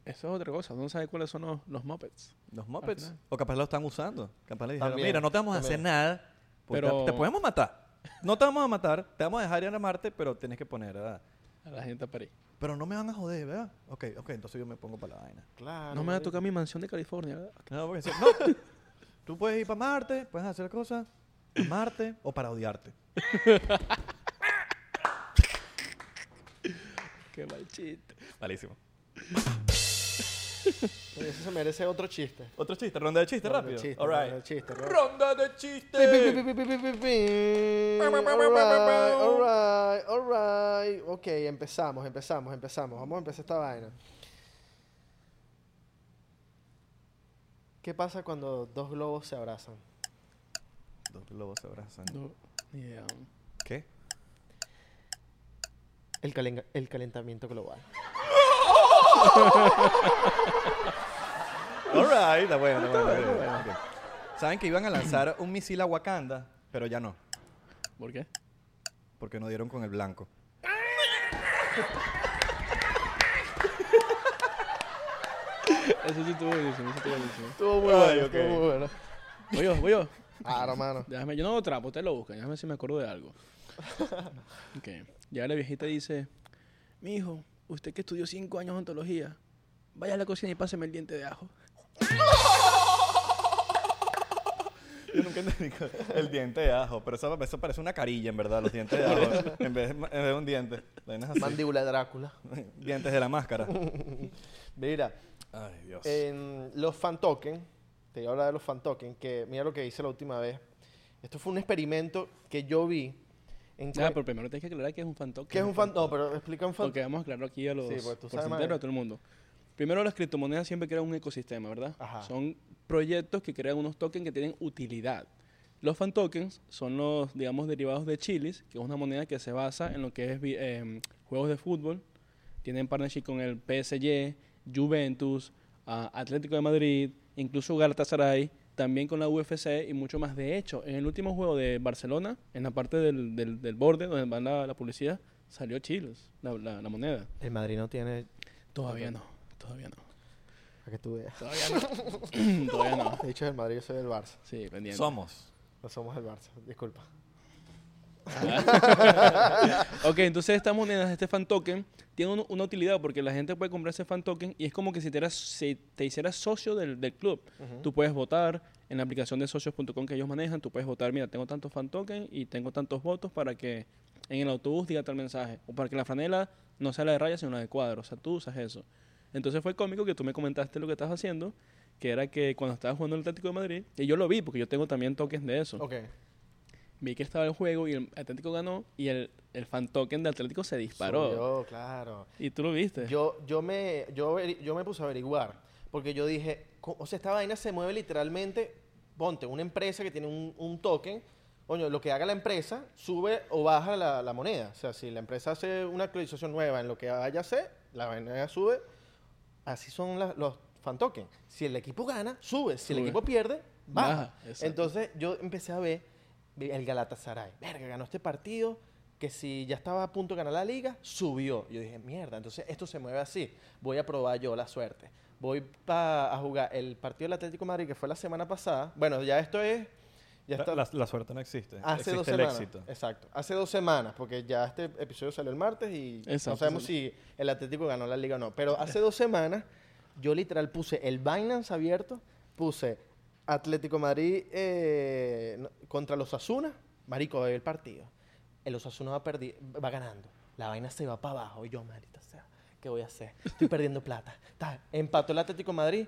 S1: eso es otra cosa. No sabes cuáles son los, los Muppets.
S2: Los
S1: Al
S2: Muppets.
S1: final.
S2: O capaz lo están usando. Capaz le dijeron,
S3: También,
S2: mira, no te vamos a hacer
S3: también.
S2: nada. porque
S1: Pero-
S2: te, te podemos matar. No te vamos a matar, te vamos a dejar ir a Marte, pero tienes que poner, ¿verdad?
S1: A la gente a París.
S2: Pero no me van a joder, ¿verdad? Ok, ok, entonces yo me pongo para la vaina.
S3: Claro.
S1: Ah, No me va a
S3: marico.
S1: tocar mi mansión de California, ¿verdad?
S2: No, porque si- no. Tú puedes ir para Marte, puedes hacer cosas, para Marte o para odiarte.
S1: Qué mal chiste.
S2: Malísimo.
S3: Eso se merece otro chiste.
S2: Otro chiste, ronda de chistes
S3: Ronda de
S2: rápido.
S3: chiste,
S2: All
S3: ronda
S2: right.
S3: de chiste, ronda-
S2: ronda de
S3: Pi, pi,
S2: chistes.
S3: pi, pi, pi, pi, pi, pi. Alright, alright, alright. Ok, empezamos, empezamos, empezamos. Vamos a empezar esta vaina. ¿Qué pasa cuando dos globos se abrazan?
S2: Dos globos se abrazan.
S1: No, ni idea. man.
S2: ¿Qué?
S3: El, calen- el calentamiento global.
S2: All right, está bueno, está bueno, está bueno, ok. Saben que iban a lanzar un misil a Wakanda, pero ya no,
S1: ¿Por qué?
S2: porque no dieron con el blanco.
S1: Eso sí estuvo buenísimo. Eso estuvo buenísimo.
S3: Estuvo muy
S2: Ay,
S3: bueno,
S2: ok.
S3: estuvo muy bueno.
S1: Voy yo, voy yo.
S3: Ah, hermano.
S1: Déjame, yo no lo trapo, ustedes lo buscan. Déjame ver si me acuerdo de algo. Ok. Ya la viejita dice: Mi hijo, usted que estudió cinco años de ontología, vaya a la cocina y páseme el diente de ajo.
S2: Yo nunca entendí co- el diente de ajo, pero eso, eso parece una carilla, en verdad, los dientes de ajo, en vez de, en vez de un diente. La vaina es así.
S3: Mandíbula de Drácula.
S2: Dientes de la máscara. Eh,
S3: Mira,
S2: Ay, Dios.
S3: en los fan token, te voy a hablar de los fan token, que mira lo que hice la última vez. Esto fue un experimento que yo vi. En
S1: Ah,
S3: cua-
S1: pero primero tienes que aclarar que es un fantoque.
S3: ¿Qué es un fan? No, pero explica un fan
S1: Porque vamos a aclararlo aquí a los
S3: Sí, porque tú sabes,
S1: porcenteros,
S3: madre.
S1: a todo el mundo. Primero, las criptomonedas siempre crean un ecosistema, ¿verdad?
S3: Ajá.
S1: Son proyectos que crean unos tokens que tienen utilidad. Los fan tokens son los, digamos, derivados de chilis, que es una moneda que se basa en lo que es vi- em, juegos de fútbol. Tienen partnership con el PSG, Juventus, ah, Atlético de Madrid, incluso Galatasaray, también con la UFC y mucho más. De hecho, en el último juego de Barcelona, en la parte del, del- del borde donde va la, la publicidad, salió chilis, la- la- la moneda.
S3: El Madrid no tiene.
S1: Todavía no, todavía no.
S3: Para que tú veas.
S1: Todavía no. todavía no.
S3: De hecho, el Madrid, yo soy del Barça.
S1: Sí, pendiente.
S2: Somos.
S3: No somos el Barça, disculpa.
S1: ok, entonces estas monedas, este fan token, tiene un- una utilidad porque la gente puede comprar ese fan token y es como que si te, eras, si te hicieras socio del, del club, tú puedes votar en la aplicación de socios.com que ellos manejan, tú puedes votar, mira, tengo tantos fan token y tengo tantos votos para que en el autobús diga tal mensaje o para que la franela no sea la de rayas sino la de cuadros, o sea, tú usas eso. Entonces fue cómico que tú me comentaste lo que estás haciendo, que era que cuando estabas jugando el Atlético de Madrid, y yo lo vi porque yo tengo también tokens de eso
S3: Ok.
S1: vi que estaba el juego y el Atlético ganó y el, el fan token de Atlético se disparó.
S3: Yo, claro.
S1: Y tú lo viste.
S3: Yo, yo, me, yo, averi- yo me puse a averiguar, porque yo dije, co- o sea, esta vaina se mueve literalmente, ponte, una empresa que tiene un, un token, coño, lo que haga la empresa sube o baja la, la moneda. O sea, si la empresa hace una actualización nueva en lo que vaya a hacer, la moneda sube. Así son las- los fan tokens. Si el equipo gana, sube. Si el
S1: Sube.
S3: equipo pierde, baja.
S1: Baja, exacto.
S3: Entonces yo empecé a ver el Galatasaray. Verga, ganó este partido que si ya estaba a punto de ganar la liga, subió. Yo dije, mierda, entonces esto se mueve así. Voy a probar yo la suerte. Voy pa- a jugar el partido del Atlético de Madrid que fue la semana pasada. Bueno, ya esto es... Ya
S2: La,
S3: está,
S2: la- la suerte no existe.
S3: hace
S2: existe
S3: dos
S2: el
S3: semanas.
S2: éxito.
S3: Exacto. Hace dos semanas, porque ya este episodio salió el martes y no
S1: Exacto,
S3: sabemos si el Atlético ganó la liga o no. Pero hace dos semanas, yo literal puse el Binance abierto, puse Atlético Madrid eh, no- contra los Asuna. Marico, ve el partido. El Osasuna va, perdi- va ganando. La vaina se va para abajo. Y yo, maldita sea, ¿qué voy a hacer? Estoy perdiendo plata. Ta, Empató el Atlético de Madrid,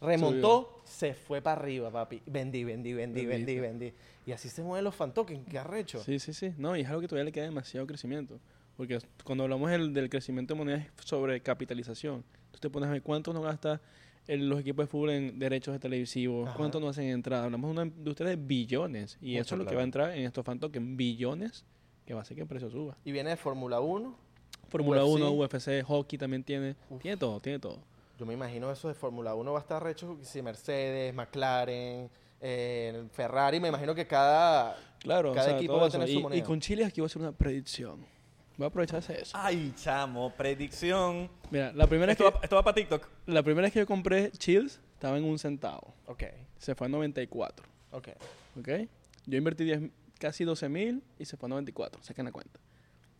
S3: remontó, se fue para arriba, papi. Vendí, vendí, vendí, vendí, vendí. Y así se mueven los fan tokens, qué arrecho.
S1: Sí, sí, sí. No, y es algo que todavía le queda demasiado crecimiento. Porque es- cuando hablamos del, del crecimiento de monedas es sobre capitalización. Tú te pones a ver cuánto nos gasta el- los equipos de fútbol en derechos de televisivos,
S3: Ajá.
S1: cuánto nos hacen en entrada. Hablamos de una industria de billones. Y
S2: Mucha
S1: eso es lo que
S2: plata.
S1: va a entrar en estos fan tokens. Billones que va a hacer que el precio suba.
S3: Y viene de Fórmula 1.
S1: Fórmula
S3: UFC.
S1: 1, UFC, hockey también tiene.
S3: Uf.
S1: Tiene todo, tiene todo.
S3: Yo me imagino eso de Fórmula 1 va a estar arrecho. Si Mercedes, McLaren, eh, Ferrari, me imagino que cada.
S1: Claro,
S3: Cada
S1: o sea,
S3: equipo
S1: todo
S3: va a
S1: eso.
S3: tener su
S1: Y- y,
S3: moneda.
S1: con Chile aquí voy a hacer una predicción. Voy a aprovecharse eso.
S2: Ay, chamo, predicción.
S1: Mira, la primera, es
S2: Esto
S1: que,
S2: va, para TikTok.
S1: la primera vez que yo compré Chills estaba en un centavo.
S3: Ok,
S1: Se fue a 94.
S3: ok.
S1: ¿Ok? Yo invertí 10 casi 12 mil y se fue a 94. Saquen la cuenta.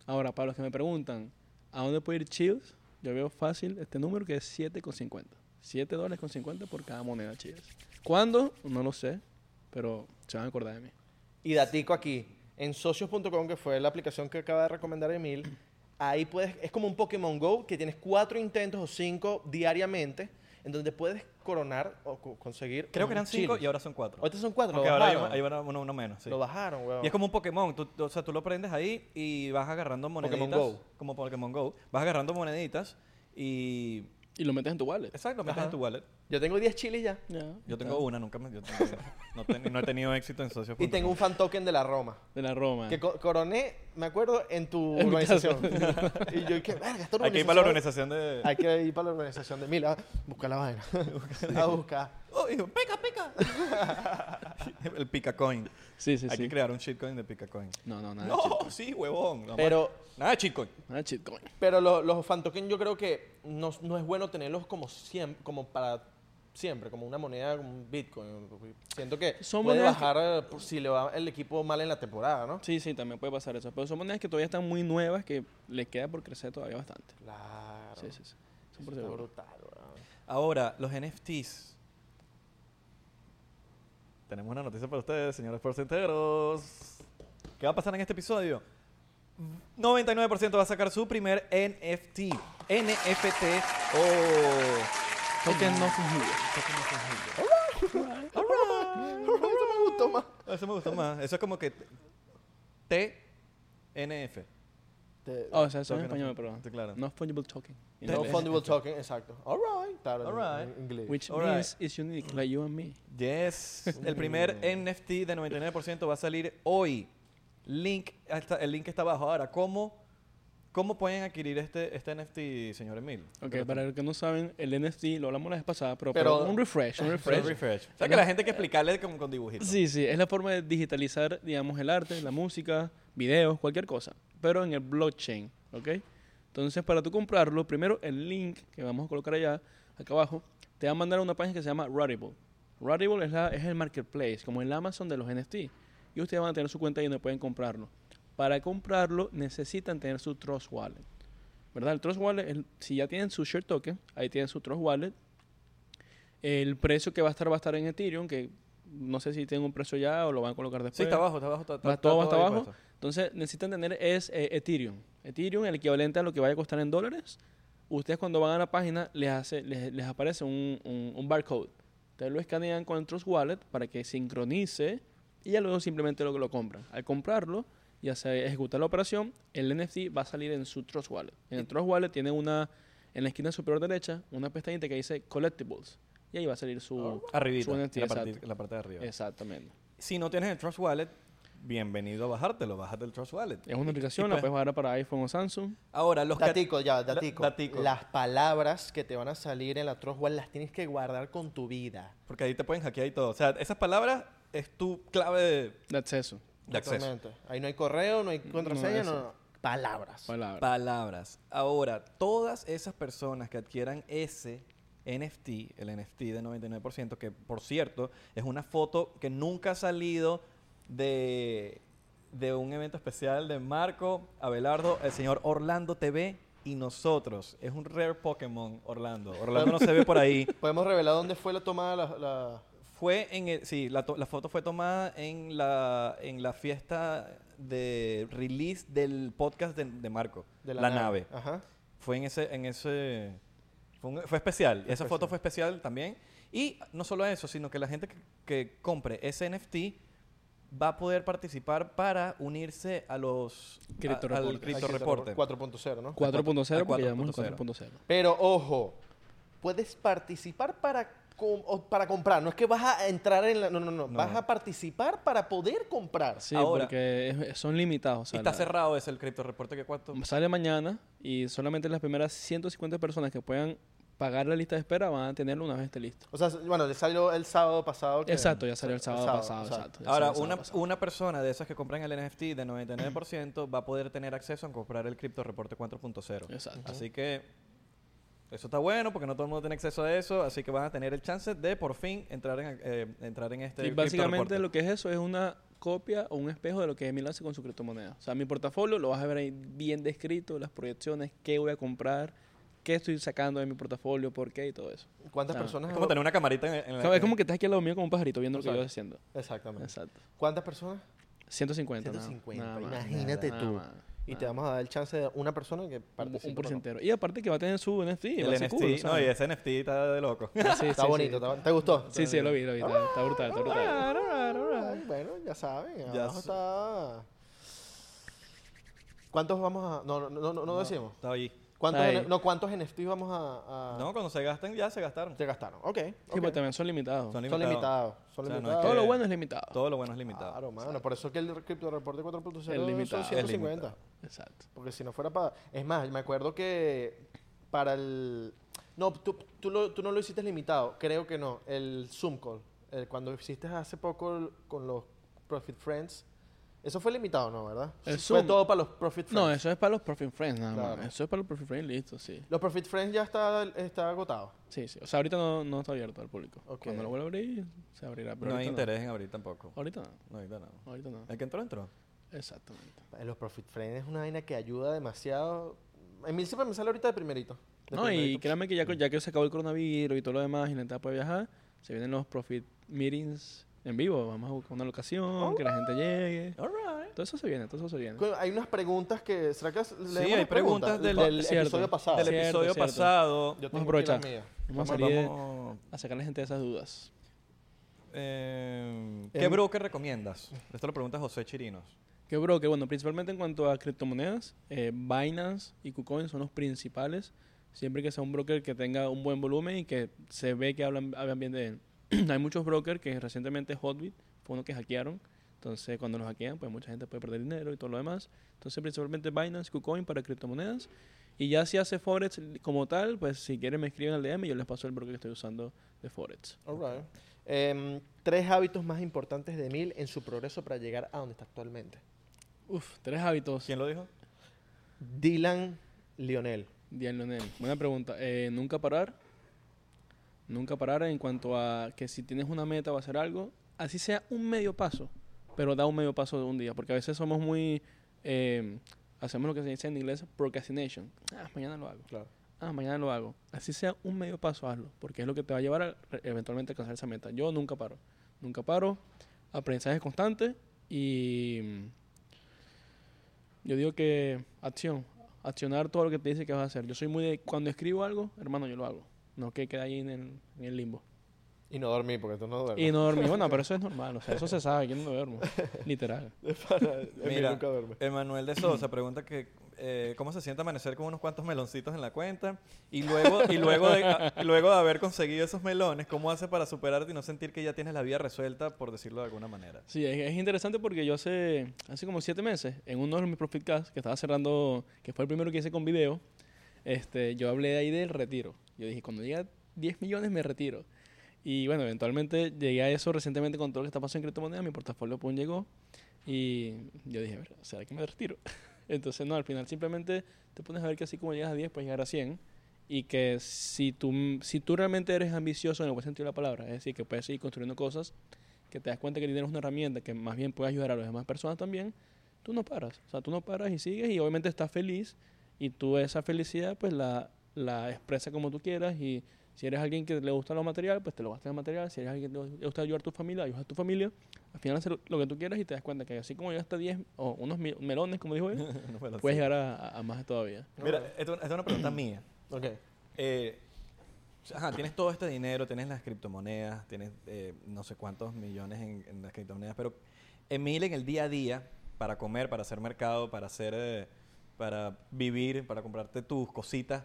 S1: Ahora, para los que me preguntan, ¿a dónde puede ir Chills? Yo veo fácil este número que es 7,50. 7 dólares con 50 por cada moneda Chills. ¿Cuándo? No lo sé, pero se van a acordar de mí.
S3: Y datico aquí, en socios.com, que fue la aplicación que acaba de recomendar Emil, ahí puedes, es como un Pokémon Go que tienes cuatro intentos o cinco diariamente, en donde puedes coronar o co- conseguir.
S2: Creo que eran cinco y
S3: ahora.
S2: ahora son cuatro.
S3: Ahorita son cuatro,
S2: Porque
S3: lo
S2: ahora hay,
S3: bajaron.
S2: un- hay ahora uno, uno menos. sí.
S3: Lo bajaron, weón.
S2: Y es como un Pokémon. Tú, tú- o sea, tú lo prendes ahí y vas agarrando moneditas.
S3: Pokémon Go.
S2: Como Pokémon Go. Vas agarrando moneditas y.
S1: Y lo metes en tu wallet.
S2: Exacto, lo metes
S3: Ajá.
S2: en tu wallet.
S3: Yo tengo 10 chiles ya.
S1: Ya,
S2: Yo
S1: está.
S2: tengo una, nunca me. yo tengo- no, ten- no he tenido éxito en socios.
S3: Y tengo un fan token de la Roma.
S1: De la Roma.
S3: Que co- coroné, me acuerdo, en tu
S1: En mi casa.
S3: organización. y yo dije, verga, esta
S2: Hay que ir para la organización de.
S3: Hay que ir para la organización de Mila. Busca la vaina. a buscar.
S2: ¡Oh, hijo! ¡Pica, pica! El Picacoin.
S1: Sí, sí,
S2: Hay
S1: sí.
S2: que crear un shitcoin de Picacoin.
S1: No, no, nada. de cheat-
S2: No, sí, huevón. No,
S3: Ah, Pero,
S2: Nada de shitcoin.
S1: Nada de shitcoin.
S3: pero lo- los fan token yo creo que no, no es bueno tenerlos como siempre, como para siempre, como una moneda, como un Bitcoin. Siento que
S1: Son
S3: puede
S1: monedas que-
S3: bajar eh, por si le va el equipo mal en la temporada, ¿no?
S1: Sí, sí, también puede pasar eso. Pero son monedas que todavía están muy nuevas que les queda por crecer todavía bastante.
S3: Claro.
S1: Sí, sí, sí. Eso por
S3: Está
S1: seguro.
S3: brutal, weón.
S2: Ahora, los NFTs. Tenemos una noticia para ustedes, señores porcenteros. ¿Qué va a pasar en este episodio? 99% va a sacar su primer NFT. NFT o... Oh.
S1: Token no fungible.
S3: Eso me gustó más.
S2: Eso me gustó más. Eso es como que... TNF.
S3: Te-
S1: Ah, o sea, eso es en
S2: Token no
S1: español,
S2: fun-
S1: perdón.
S2: sí, claro.
S1: No fungible token. En
S3: No
S1: inglés.
S3: fundable token, exacto. All right. Claro, en-
S2: All right.
S3: en inglés.
S1: Which
S2: Alright.
S1: means it's unique, like you and me.
S2: Yes. El primer NFT de 99% va a salir hoy. Link, ahí está- el link está abajo. Ahora, ¿cómo, cómo pueden adquirir este, este NFT, señor Emil?
S1: Ok, para los que no saben, el NFT lo hablamos la vez pasada, pero,
S3: Pero-
S1: pero un refresh, un
S2: Fresh.
S1: refresh.
S2: refresh. O sea, que la gente hay que explicarle con, con dibujitos.
S1: Sí, sí, es la forma de digitalizar, digamos, el arte, la música, videos, cualquier cosa, pero en el blockchain, ¿ok? Entonces, para tú comprarlo, primero el link que vamos a colocar allá, acá abajo, te va a mandar a una página que se llama Rarible. Rarible es, la, es el marketplace, como el Amazon de los NFT. y ustedes van a tener su cuenta ahí donde pueden comprarlo. Para comprarlo necesitan tener su Trust Wallet. ¿Verdad? El Trust Wallet, el- si ya tienen su Share Token, ahí tienen su Trust Wallet. El precio que va a estar va a estar en Ethereum, que no sé si tienen un precio ya o lo van a colocar después.
S2: Sí, está abajo, está abajo. Está, está-
S1: Va
S2: está
S1: todo hasta
S2: ahí
S1: abajo.
S2: puesto.
S1: Entonces necesitan tener es eh, Ethereum. Ethereum, el equivalente a lo que vaya a costar en dólares. Ustedes cuando van a la página les, hace, les, les aparece un, un- un barcode. Ustedes lo escanean con el Trust Wallet para que sincronice y ya luego simplemente lo, lo compran. Al comprarlo y hacer ejecutar la operación, el NFT va a salir en su Trust Wallet. En el Trust Wallet tiene una, en la esquina superior derecha, una pestañita que dice Collectibles. Y ahí va a salir su...
S2: Oh. Arribita,
S1: su
S2: en
S1: NFT,
S2: la, parte,
S1: exacto.
S2: en la parte de arriba.
S1: Exactamente.
S2: Si no tienes el Trust Wallet, bienvenido a bajártelo. Bájate el Trust Wallet.
S1: Es una aplicación,
S2: Y
S1: la
S2: pues-
S1: puedes bajar para iPhone o Samsung.
S2: Ahora, los cat-
S3: Datico, ya,
S2: la-
S3: datico.
S2: datico.
S3: Las palabras que te van a salir en la Trust Wallet las tienes que guardar con tu vida.
S2: Porque ahí te pueden hackear y todo. O sea, esas palabras es tu clave de,
S1: De acceso.
S2: de acceso.
S3: Exactamente. Ahí no hay correo, no hay
S1: Mm,
S3: contraseña,
S1: eso.
S3: no, no. Palabras.
S1: Palabra.
S2: Palabras. Ahora, todas esas personas que adquieran ese NFT, el NFT de 99%, que por cierto es una foto que nunca ha salido de, de un evento especial de Marco, Abelardo, el señor Orlando TV y nosotros. Es un rare Pokémon, Orlando. Orlando no se ve por ahí.
S3: Podemos revelar dónde fue la tomada la, la-
S2: Fue en el- sí, la, to- la foto fue tomada en la, en la fiesta de release del podcast de, de Marco,
S3: de
S2: la, nave.
S3: Ajá.
S2: Fue en ese, en ese, fue, un- fue especial. Esa foto fue especial también. Y no solo eso, sino que la gente que, que compre ese NFT va a poder participar para unirse a los a-
S1: Crypto
S2: al
S1: Reporte.
S2: Crypto
S3: Aquí está,
S2: Reporte.
S3: 4.0, ¿no?
S1: 4.0 porque
S2: a
S1: llamamos
S2: 4.0.
S1: 4.0.
S3: Pero ojo, puedes participar para, com- o para comprar. No es que vas a entrar en la. No, no, no.
S2: No.
S3: Vas a participar para poder comprar.
S1: Sí,
S2: Ahora-
S1: porque es- son limitados. o
S2: Y
S1: sea,
S2: está
S1: la-
S2: cerrado ese el Crypto Reporte que cuánto
S1: Sale mañana y solamente las primeras 150 personas que puedan pagar la lista de espera van a tenerlo una vez esté listo.
S3: O sea, bueno, le salió el sábado pasado. que-
S1: Exacto, ya salió el sábado, pasado.
S3: exacto.
S1: Exacto, ya
S2: Ahora,
S1: salió el sábado
S2: una,
S1: pasado.
S2: una persona de esas que compran el NFT de 99% va a poder tener acceso a comprar el Crypto Reporte 4.0.
S1: Exacto.
S2: Así que eso está bueno porque no todo el mundo tiene acceso a eso, así que van a tener el chance de por fin entrar en, eh, entrar en este
S1: Sí,
S2: Crypto
S1: básicamente
S2: Reporte.
S1: lo que es eso es una copia o un espejo de lo que Emil hace con su criptomoneda. O sea, mi portafolio lo vas a ver ahí bien descrito, las proyecciones, qué voy a comprar, qué estoy sacando de mi portafolio, por qué y todo eso.
S3: ¿Cuántas
S1: Ah,
S3: personas?
S2: Es como tener una camarita en, en
S1: O
S2: la
S1: sea, es como que estás aquí al lado mío como un pajarito viendo lo que yo
S3: Exacto.
S1: estoy haciendo.
S3: Exactamente.
S1: Exacto.
S3: ¿Cuántas personas?
S1: 150. nada-
S3: 150.
S1: nada más.
S3: Imagínate
S1: Nada
S3: tú.
S1: más,
S3: Y
S1: nada
S3: te vamos a dar el chance de una persona que
S1: Ah. un,
S3: participe.
S1: un
S3: por lo menos.
S1: porcentero. Y aparte que va a tener su NFT. y va a
S2: el
S1: ser
S2: NFT.
S1: cool, o sea.
S2: no, y ese NFT está de loco.
S1: Sí, sí,
S3: Está
S1: sí.
S3: bonito. está- ¿Te gustó?
S1: Sí, sí, lo vi, lo vi. Está, está brutal, está brutal.
S3: Ay, bueno, ya saben.
S2: Ya
S3: abajo
S2: sé.
S3: está. ¿Cuántos vamos a.? No, no, no, no, no decimos.
S2: Está ahí.
S3: ¿Cuántos,
S1: Ahí.
S3: N- no, ¿cuántos NFT vamos a, a-
S2: No, cuando se gasten ya se gastaron.
S3: Te gastaron. Ok.
S1: Ah. Sí, pues,
S3: ok.
S1: pero también son limitados.
S2: Son
S3: Son limitados. Son
S2: O sea, no es
S3: limitados.
S1: Todo
S2: que-
S1: lo bueno es limitado.
S2: Todo lo bueno es limitado.
S3: Claro, mano. Por eso que el Crypto Reporte 4.0
S1: Es
S3: son
S1: limitado. Es
S3: 150.
S2: limitado.
S1: Exacto.
S3: Porque si no fuera para... Es más, me acuerdo que para el... No, tú, tú, lo- tú no lo hiciste limitado. Creo que no. El Zoom Call. el- cuando hiciste hace poco el- con los Profit Friends. Eso fue limitado, ¿no? ¿Verdad?
S1: El
S3: fue
S1: Zoom.
S3: todo para los Profit Friends.
S1: No, eso es para los Profit Friends nada más.
S3: Claro.
S1: Eso es para los Profit Friends, listo, sí.
S3: Los Profit Friends ya está, está agotado.
S1: Sí, sí. O sea, ahorita no, no está abierto al público.
S3: Ok.
S1: Cuando lo vuelva a abrir, se abrirá. Pero
S2: no hay
S1: ahorita
S2: interés en abrir tampoco.
S1: Ahorita no.
S2: No, ahorita no.
S1: Ahorita no.
S2: El que entró, entró.
S1: Exactamente.
S3: Eh, Los Profit Friends es una vaina que ayuda demasiado. A mí siempre me sale ahorita de primerito. De Mm.
S1: No, y
S3: primerito.
S1: créanme que ya, ya que se acabó el coronavirus y todo lo demás y la entrada puede viajar, se vienen los profit meetings en vivo. Vamos a buscar una locación, que la gente llegue.
S3: Oh.
S2: All right.
S1: Todo eso se viene, todo eso se viene.
S3: Coño, Hay unas preguntas que... ¿Será que
S2: Sí, hay preguntas del-
S3: del
S1: Cierto.
S3: episodio pasado?
S2: Del
S1: Ah, Cierto,
S2: episodio
S1: cierto.
S2: pasado.
S3: Yo
S1: Vamos a
S3: tengo aquí las
S1: aprovechar.
S3: mías.
S1: Vamos a
S2: Vamos-
S1: salir de-
S2: vamos-
S1: a sacar a la gente de esas dudas.
S2: Eh,
S1: Em,
S2: ¿Qué broker recomiendas? Esto lo pregunta José Chirinos.
S1: Que bro, que bueno, principalmente en cuanto a criptomonedas, eh, Binance y KuCoin son los principales. Siempre que sea un broker que tenga un buen volumen y que se ve que hablan, hablan bien de él. Hay muchos brokers que recientemente Hotbit fue uno que hackearon. Entonces, cuando los hackean, pues mucha gente puede perder dinero y todo lo demás. Entonces, principalmente Binance, KuCoin para criptomonedas. Y ya si hace Forex como tal, pues si quieren me escriben al DM y yo les paso el broker que estoy usando de Forex.
S3: All right. Em, tres hábitos más importantes de Emil en su progreso para llegar a donde está actualmente.
S1: Uf, tres hábitos.
S2: ¿Quién lo dijo?
S3: Dylan Lionel.
S1: Dian Leonel, buena pregunta. Eh, nunca parar. Nunca parar en cuanto a que si tienes una meta o hacer algo, así sea un medio paso, pero da un medio paso de un día, porque a veces somos muy, eh, hacemos lo que se dice en inglés, procrastination. Ah, mañana lo hago.
S3: Claro.
S1: Ah, mañana lo hago. Así sea un medio paso, hazlo, porque es lo que te va a llevar a re- eventualmente alcanzar esa meta. Yo nunca paro, nunca paro, aprendizaje constante y mm, yo digo que acción, accionar todo lo que te dice que vas a hacer. Yo soy muy de, cuando escribo algo, hermano, yo lo hago, no que quede ahí en el- en el limbo.
S3: Y no dormí, porque tú no duermes.
S1: Y no dormí. Bueno, pero eso es normal. O sea, eso se sabe. Yo no duermo. Literal.
S2: Mira,
S3: Mira. Eh, nunca duerme.
S2: Emanuel de Sosa pregunta que eh, cómo se siente amanecer con unos cuantos meloncitos en la cuenta y luego y luego de, a- y luego de haber conseguido esos melones, ¿cómo hace para superarte y no sentir que ya tienes la vida resuelta, por decirlo de alguna manera?
S1: Sí, es, es interesante porque yo hace, hace como siete meses, en uno de mis podcasts que estaba cerrando, que fue el primero que hice con video, este, yo hablé ahí del retiro. Yo dije, cuando llegue a 10 millones me retiro. Y bueno, eventualmente llegué a eso recientemente con todo lo que está pasando en criptomonedas, mi portafolio pum llegó y yo dije, a ver, ¿será que me retiro? Entonces, no, al final simplemente te pones a ver que así como llegas a 10, puedes llegar a 100 y que si tú, si tú realmente eres ambicioso en el buen sentido de la palabra, es decir, que puedes seguir construyendo cosas que te das cuenta que tienes una herramienta que más bien puede ayudar a las demás personas también, tú no paras. O sea, tú no paras y sigues y obviamente estás feliz y tú esa felicidad pues la, la expresas como tú quieras y si eres alguien que le gusta lo material, pues te lo gastas en material. Si eres alguien que le gusta ayudar a tu familia, ayudas a tu familia. Al final haces lo que tú quieras y te das cuenta que así como llegas hasta 10 o unos mi- melones, como dijo él,
S2: Unos meloncitos.
S1: puedes llegar a, a- a más todavía.
S2: Mira, esto, esto es una pregunta mía.
S3: Ok.
S2: Eh, ajá, tienes todo este dinero, tienes las criptomonedas, tienes eh, no sé cuántos millones en, en las criptomonedas, pero Emil en el día a día, para comer, para hacer mercado, para hacer, eh, para vivir, para comprarte tus cositas,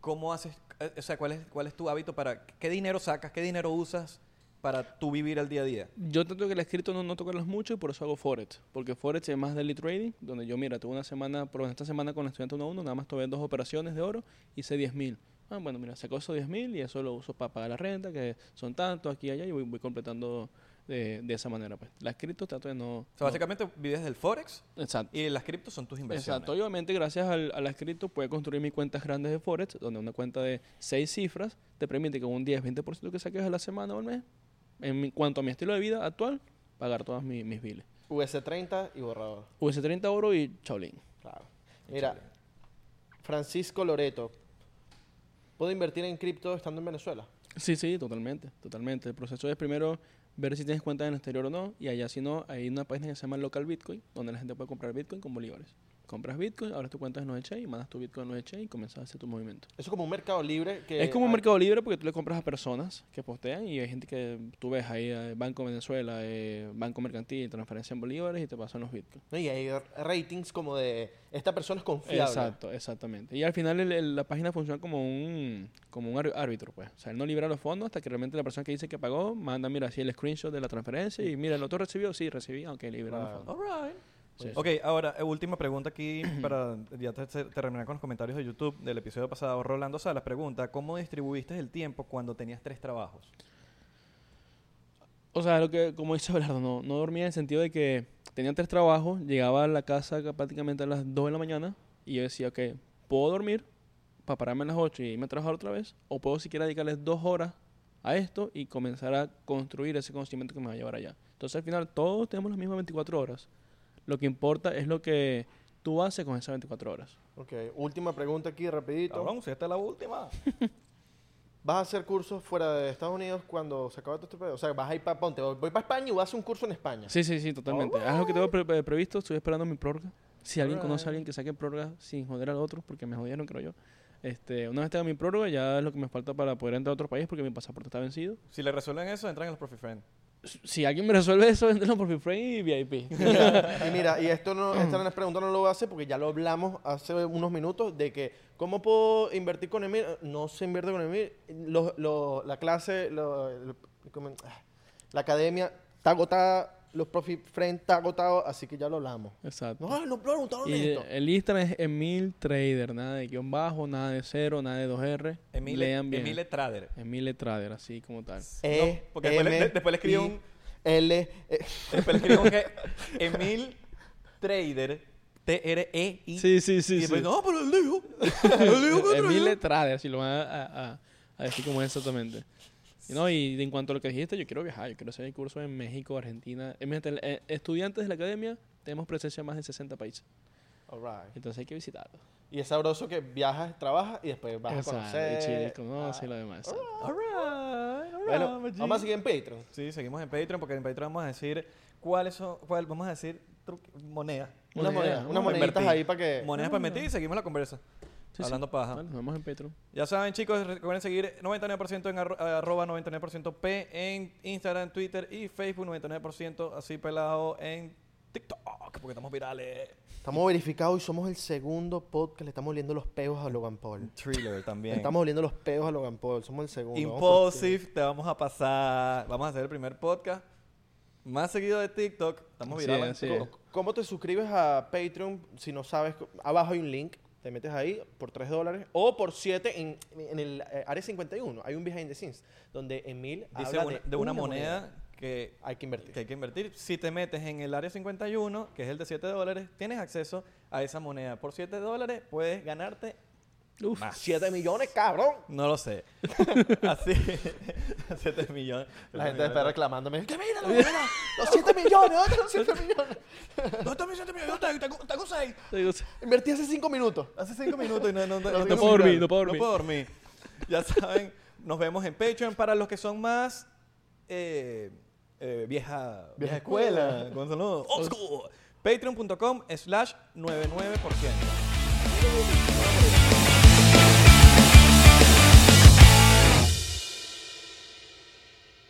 S2: ¿cómo haces? Eh, o sea, ¿cuál es, cuál es tu hábito para, qué dinero sacas, qué dinero usas para tú vivir el día a día?
S1: Yo trato que el escrito no, no tocarlos mucho y por eso hago Forex. Porque Forex es más daily trading, donde yo, mira, tuve una semana, por ejemplo, esta semana con el estudiante 1 a 1, nada más tuve dos operaciones de oro, hice 10 mil. Ah, bueno, mira, saco esos 10 mil y eso lo uso para pagar la renta, que son tantos aquí y allá, y voy, voy completando de, de esa manera. Pues la cripto trato de no.
S2: O sea,
S1: no-
S2: básicamente vives del Forex
S1: Exacto.
S2: y las criptos son tus inversiones.
S1: Exacto, y obviamente gracias al, a las cripto puede construir mis cuentas grandes de Forex, donde una cuenta de seis cifras te permite con un 10, 20% que saques a la semana o al mes, en mi- cuanto a mi estilo de vida actual, pagar todas mi- mis biles.
S3: US30 y borrador.
S1: US30 oro y Shaolin.
S3: Claro. Mira, Francisco Loreto. ¿Puedo invertir en cripto estando en Venezuela?
S1: Sí, sí, totalmente, totalmente. El proceso es primero ver si tienes cuenta en el exterior o no, y allá si no, hay una página que se llama Local Bitcoin, donde la gente puede comprar Bitcoin con bolívares. Compras Bitcoin, ahora tu cuenta en los exchange, mandas tu Bitcoin en los exchange y comienzas a hacer tu movimiento.
S3: Eso es como un mercado libre que...
S1: es como un
S3: hay-
S1: mercado libre porque tú le compras a personas que postean y hay gente que tú ves ahí, eh, Banco Venezuela, eh, Banco Mercantil, transferencia en bolívares y te pasan los Bitcoin.
S3: No, y hay ratings como de... Esta persona es confiable.
S1: Exacto, exactamente. Y al final el- el- la página funciona como un, como un ar- árbitro, pues. O sea, él no libera los fondos hasta que realmente la persona que dice que pagó manda, mira, así el screenshot de la transferencia y mira, el otro recibió, sí, recibí, aunque liberaron los
S3: Claro.
S1: fondos.
S2: All right.
S1: Sí.
S2: Ok, ahora, eh, última pregunta aquí para ya te- te- terminar con los comentarios de YouTube del episodio pasado. Rolando Salas pregunta, ¿cómo distribuiste el tiempo cuando tenías tres trabajos?
S1: O sea, lo que, como dice Belardo, no, no dormía en el sentido de que tenía tres trabajos, llegaba a la casa ca- prácticamente a las 2 de la mañana y yo decía, ok, puedo dormir para pararme a las 8 y irme a trabajar otra vez, o puedo siquiera dedicarles dos horas a esto y comenzar a construir ese conocimiento que me va a llevar allá. Entonces, al final, todos tenemos las mismas 24 horas. Lo que importa es lo que tú haces con esas 24 horas.
S3: Ok, última pregunta aquí, rapidito.
S2: Cabrón, si esta es la última.
S3: ¿Vas a hacer cursos fuera de Estados Unidos cuando se acabe todo este pedo? O sea, vas a ir para... Ponte, voy para España y vas a hacer un curso en España.
S1: Sí, sí, sí, totalmente.
S2: Oh,
S1: Es algo que tengo pre- pre- previsto. Estoy esperando mi prórroga. Si alguien conoce a alguien que saque prórroga sin joder al otro, porque me jodieron, creo yo. Este, una vez tenga mi prórroga, ya es lo que me falta para poder entrar a otro país porque mi pasaporte está vencido.
S2: Si le resuelven eso, entran en los Profi Friend.
S1: S- Si alguien me resuelve eso, entrenlo por mi frame y VIP.
S3: y mira, y esto no, esta pregunta no lo voy a hacer porque ya lo hablamos hace unos minutos de que ¿cómo puedo invertir con Emir? No se invierte con Emir. Los- los- la clase, lo- el- ¿cómo? Ah, la academia está agotada, los profit friends está agotado, así que ya lo hablamos.
S1: Exacto.
S3: No, no preguntaron
S1: Y
S3: esto.
S1: eh, el Instagram es Emil Trader, nada de guión bajo, nada de cero, nada de 2R.
S2: Emile,
S1: Lean bien.
S2: Emile Trader.
S1: Emile Trader, así como tal.
S3: E,
S2: no, porque después le-
S3: M,
S2: después le escribió
S3: I,
S2: un-
S3: L, eh,
S2: Después le escribimos que Emil Trader, T-R-E-I.
S1: Sí, sí, sí.
S2: E Y pues
S1: sí.
S2: después, no, pero el dijo. El dijo que
S1: Emile Trader,
S2: Trader.
S1: si lo van a, a- a- a decir como es exactamente. Y No, y de- en cuanto a lo que dijiste, yo quiero viajar, yo quiero hacer el curso en México, Argentina. Eh, mira, tel- eh, estudiantes de la academia tenemos presencia en más de 60 países,
S3: All right.
S1: entonces hay que visitarlos.
S3: Y es sabroso que viajas, trabajas y después vas
S1: Exacto, y
S3: a conocer. Ah.
S1: Chile conoce y lo demás. exacto.
S2: All right, all
S3: Bueno,
S2: right, my G.
S3: vamos a seguir en Patreon.
S2: Sí, seguimos en Patreon porque en Patreon vamos a decir cuáles son, cuál, vamos a decir truque- monedas.
S3: Unas
S1: Moneda,
S3: monedas,
S1: vamos
S3: unas
S1: a
S3: moneditas
S2: invertir.
S3: ahí para que.
S2: Monedas para meter y seguimos la conversa.
S1: Ah. Sí,
S2: hablando
S1: sí.
S2: paja.
S1: Bueno, nos vemos en Petro.
S2: Ya saben, chicos, recuerden seguir 99% en arro- arroba 99% P en Instagram, Twitter y Facebook, 99% así pelado en TikTok, porque estamos virales.
S3: Estamos verificados y somos el segundo podcast. Le estamos oliendo los peos a Logan Paul.
S2: Thriller
S3: Le
S2: también.
S3: estamos oliendo los peos a Logan Paul. Somos el segundo. vamos por
S2: Impulsive, te vamos a pasar. Vamos a hacer el primer podcast más seguido de TikTok. Estamos
S1: Así
S2: virales.
S1: es, así
S2: en
S1: es.
S2: todo.
S3: ¿Cómo- ¿Cómo te suscribes a Patreon si no sabes? co- Abajo hay un link, te metes ahí por 3 dólares o por 7 en, en el eh, área 51. Hay un behind the scenes donde Emil
S2: Dice
S3: habla
S2: una- de, una, moneda, que,
S3: Hay que invertir.
S2: que hay que invertir. Si te metes en el área 51, que es el de 7 dólares, tienes acceso a esa moneda. Por 7 dólares puedes ganarte.
S1: Uf,
S3: 7 millones, cabrón.
S2: No lo sé. Así. 7 millones.
S3: La gente después reclamándome. ¡Que mira, la moneda! ¡Los 7 millones! ¿Dónde están los 7 millones?
S2: No, también 7 millones. Yo tengo- Tengo 6.
S1: te digo, sí.
S3: Invertí hace 5 minutos.
S2: Hace cinco minutos y no, no, no,
S1: No
S2: digo
S1: puedo dormir,
S2: claro.
S1: no puedo dormir.
S2: Ya saben, nos vemos en Patreon para los que son más eh, eh, vieja, vieja escuela. Gonzalo, old school. Patreon.com slash 99%.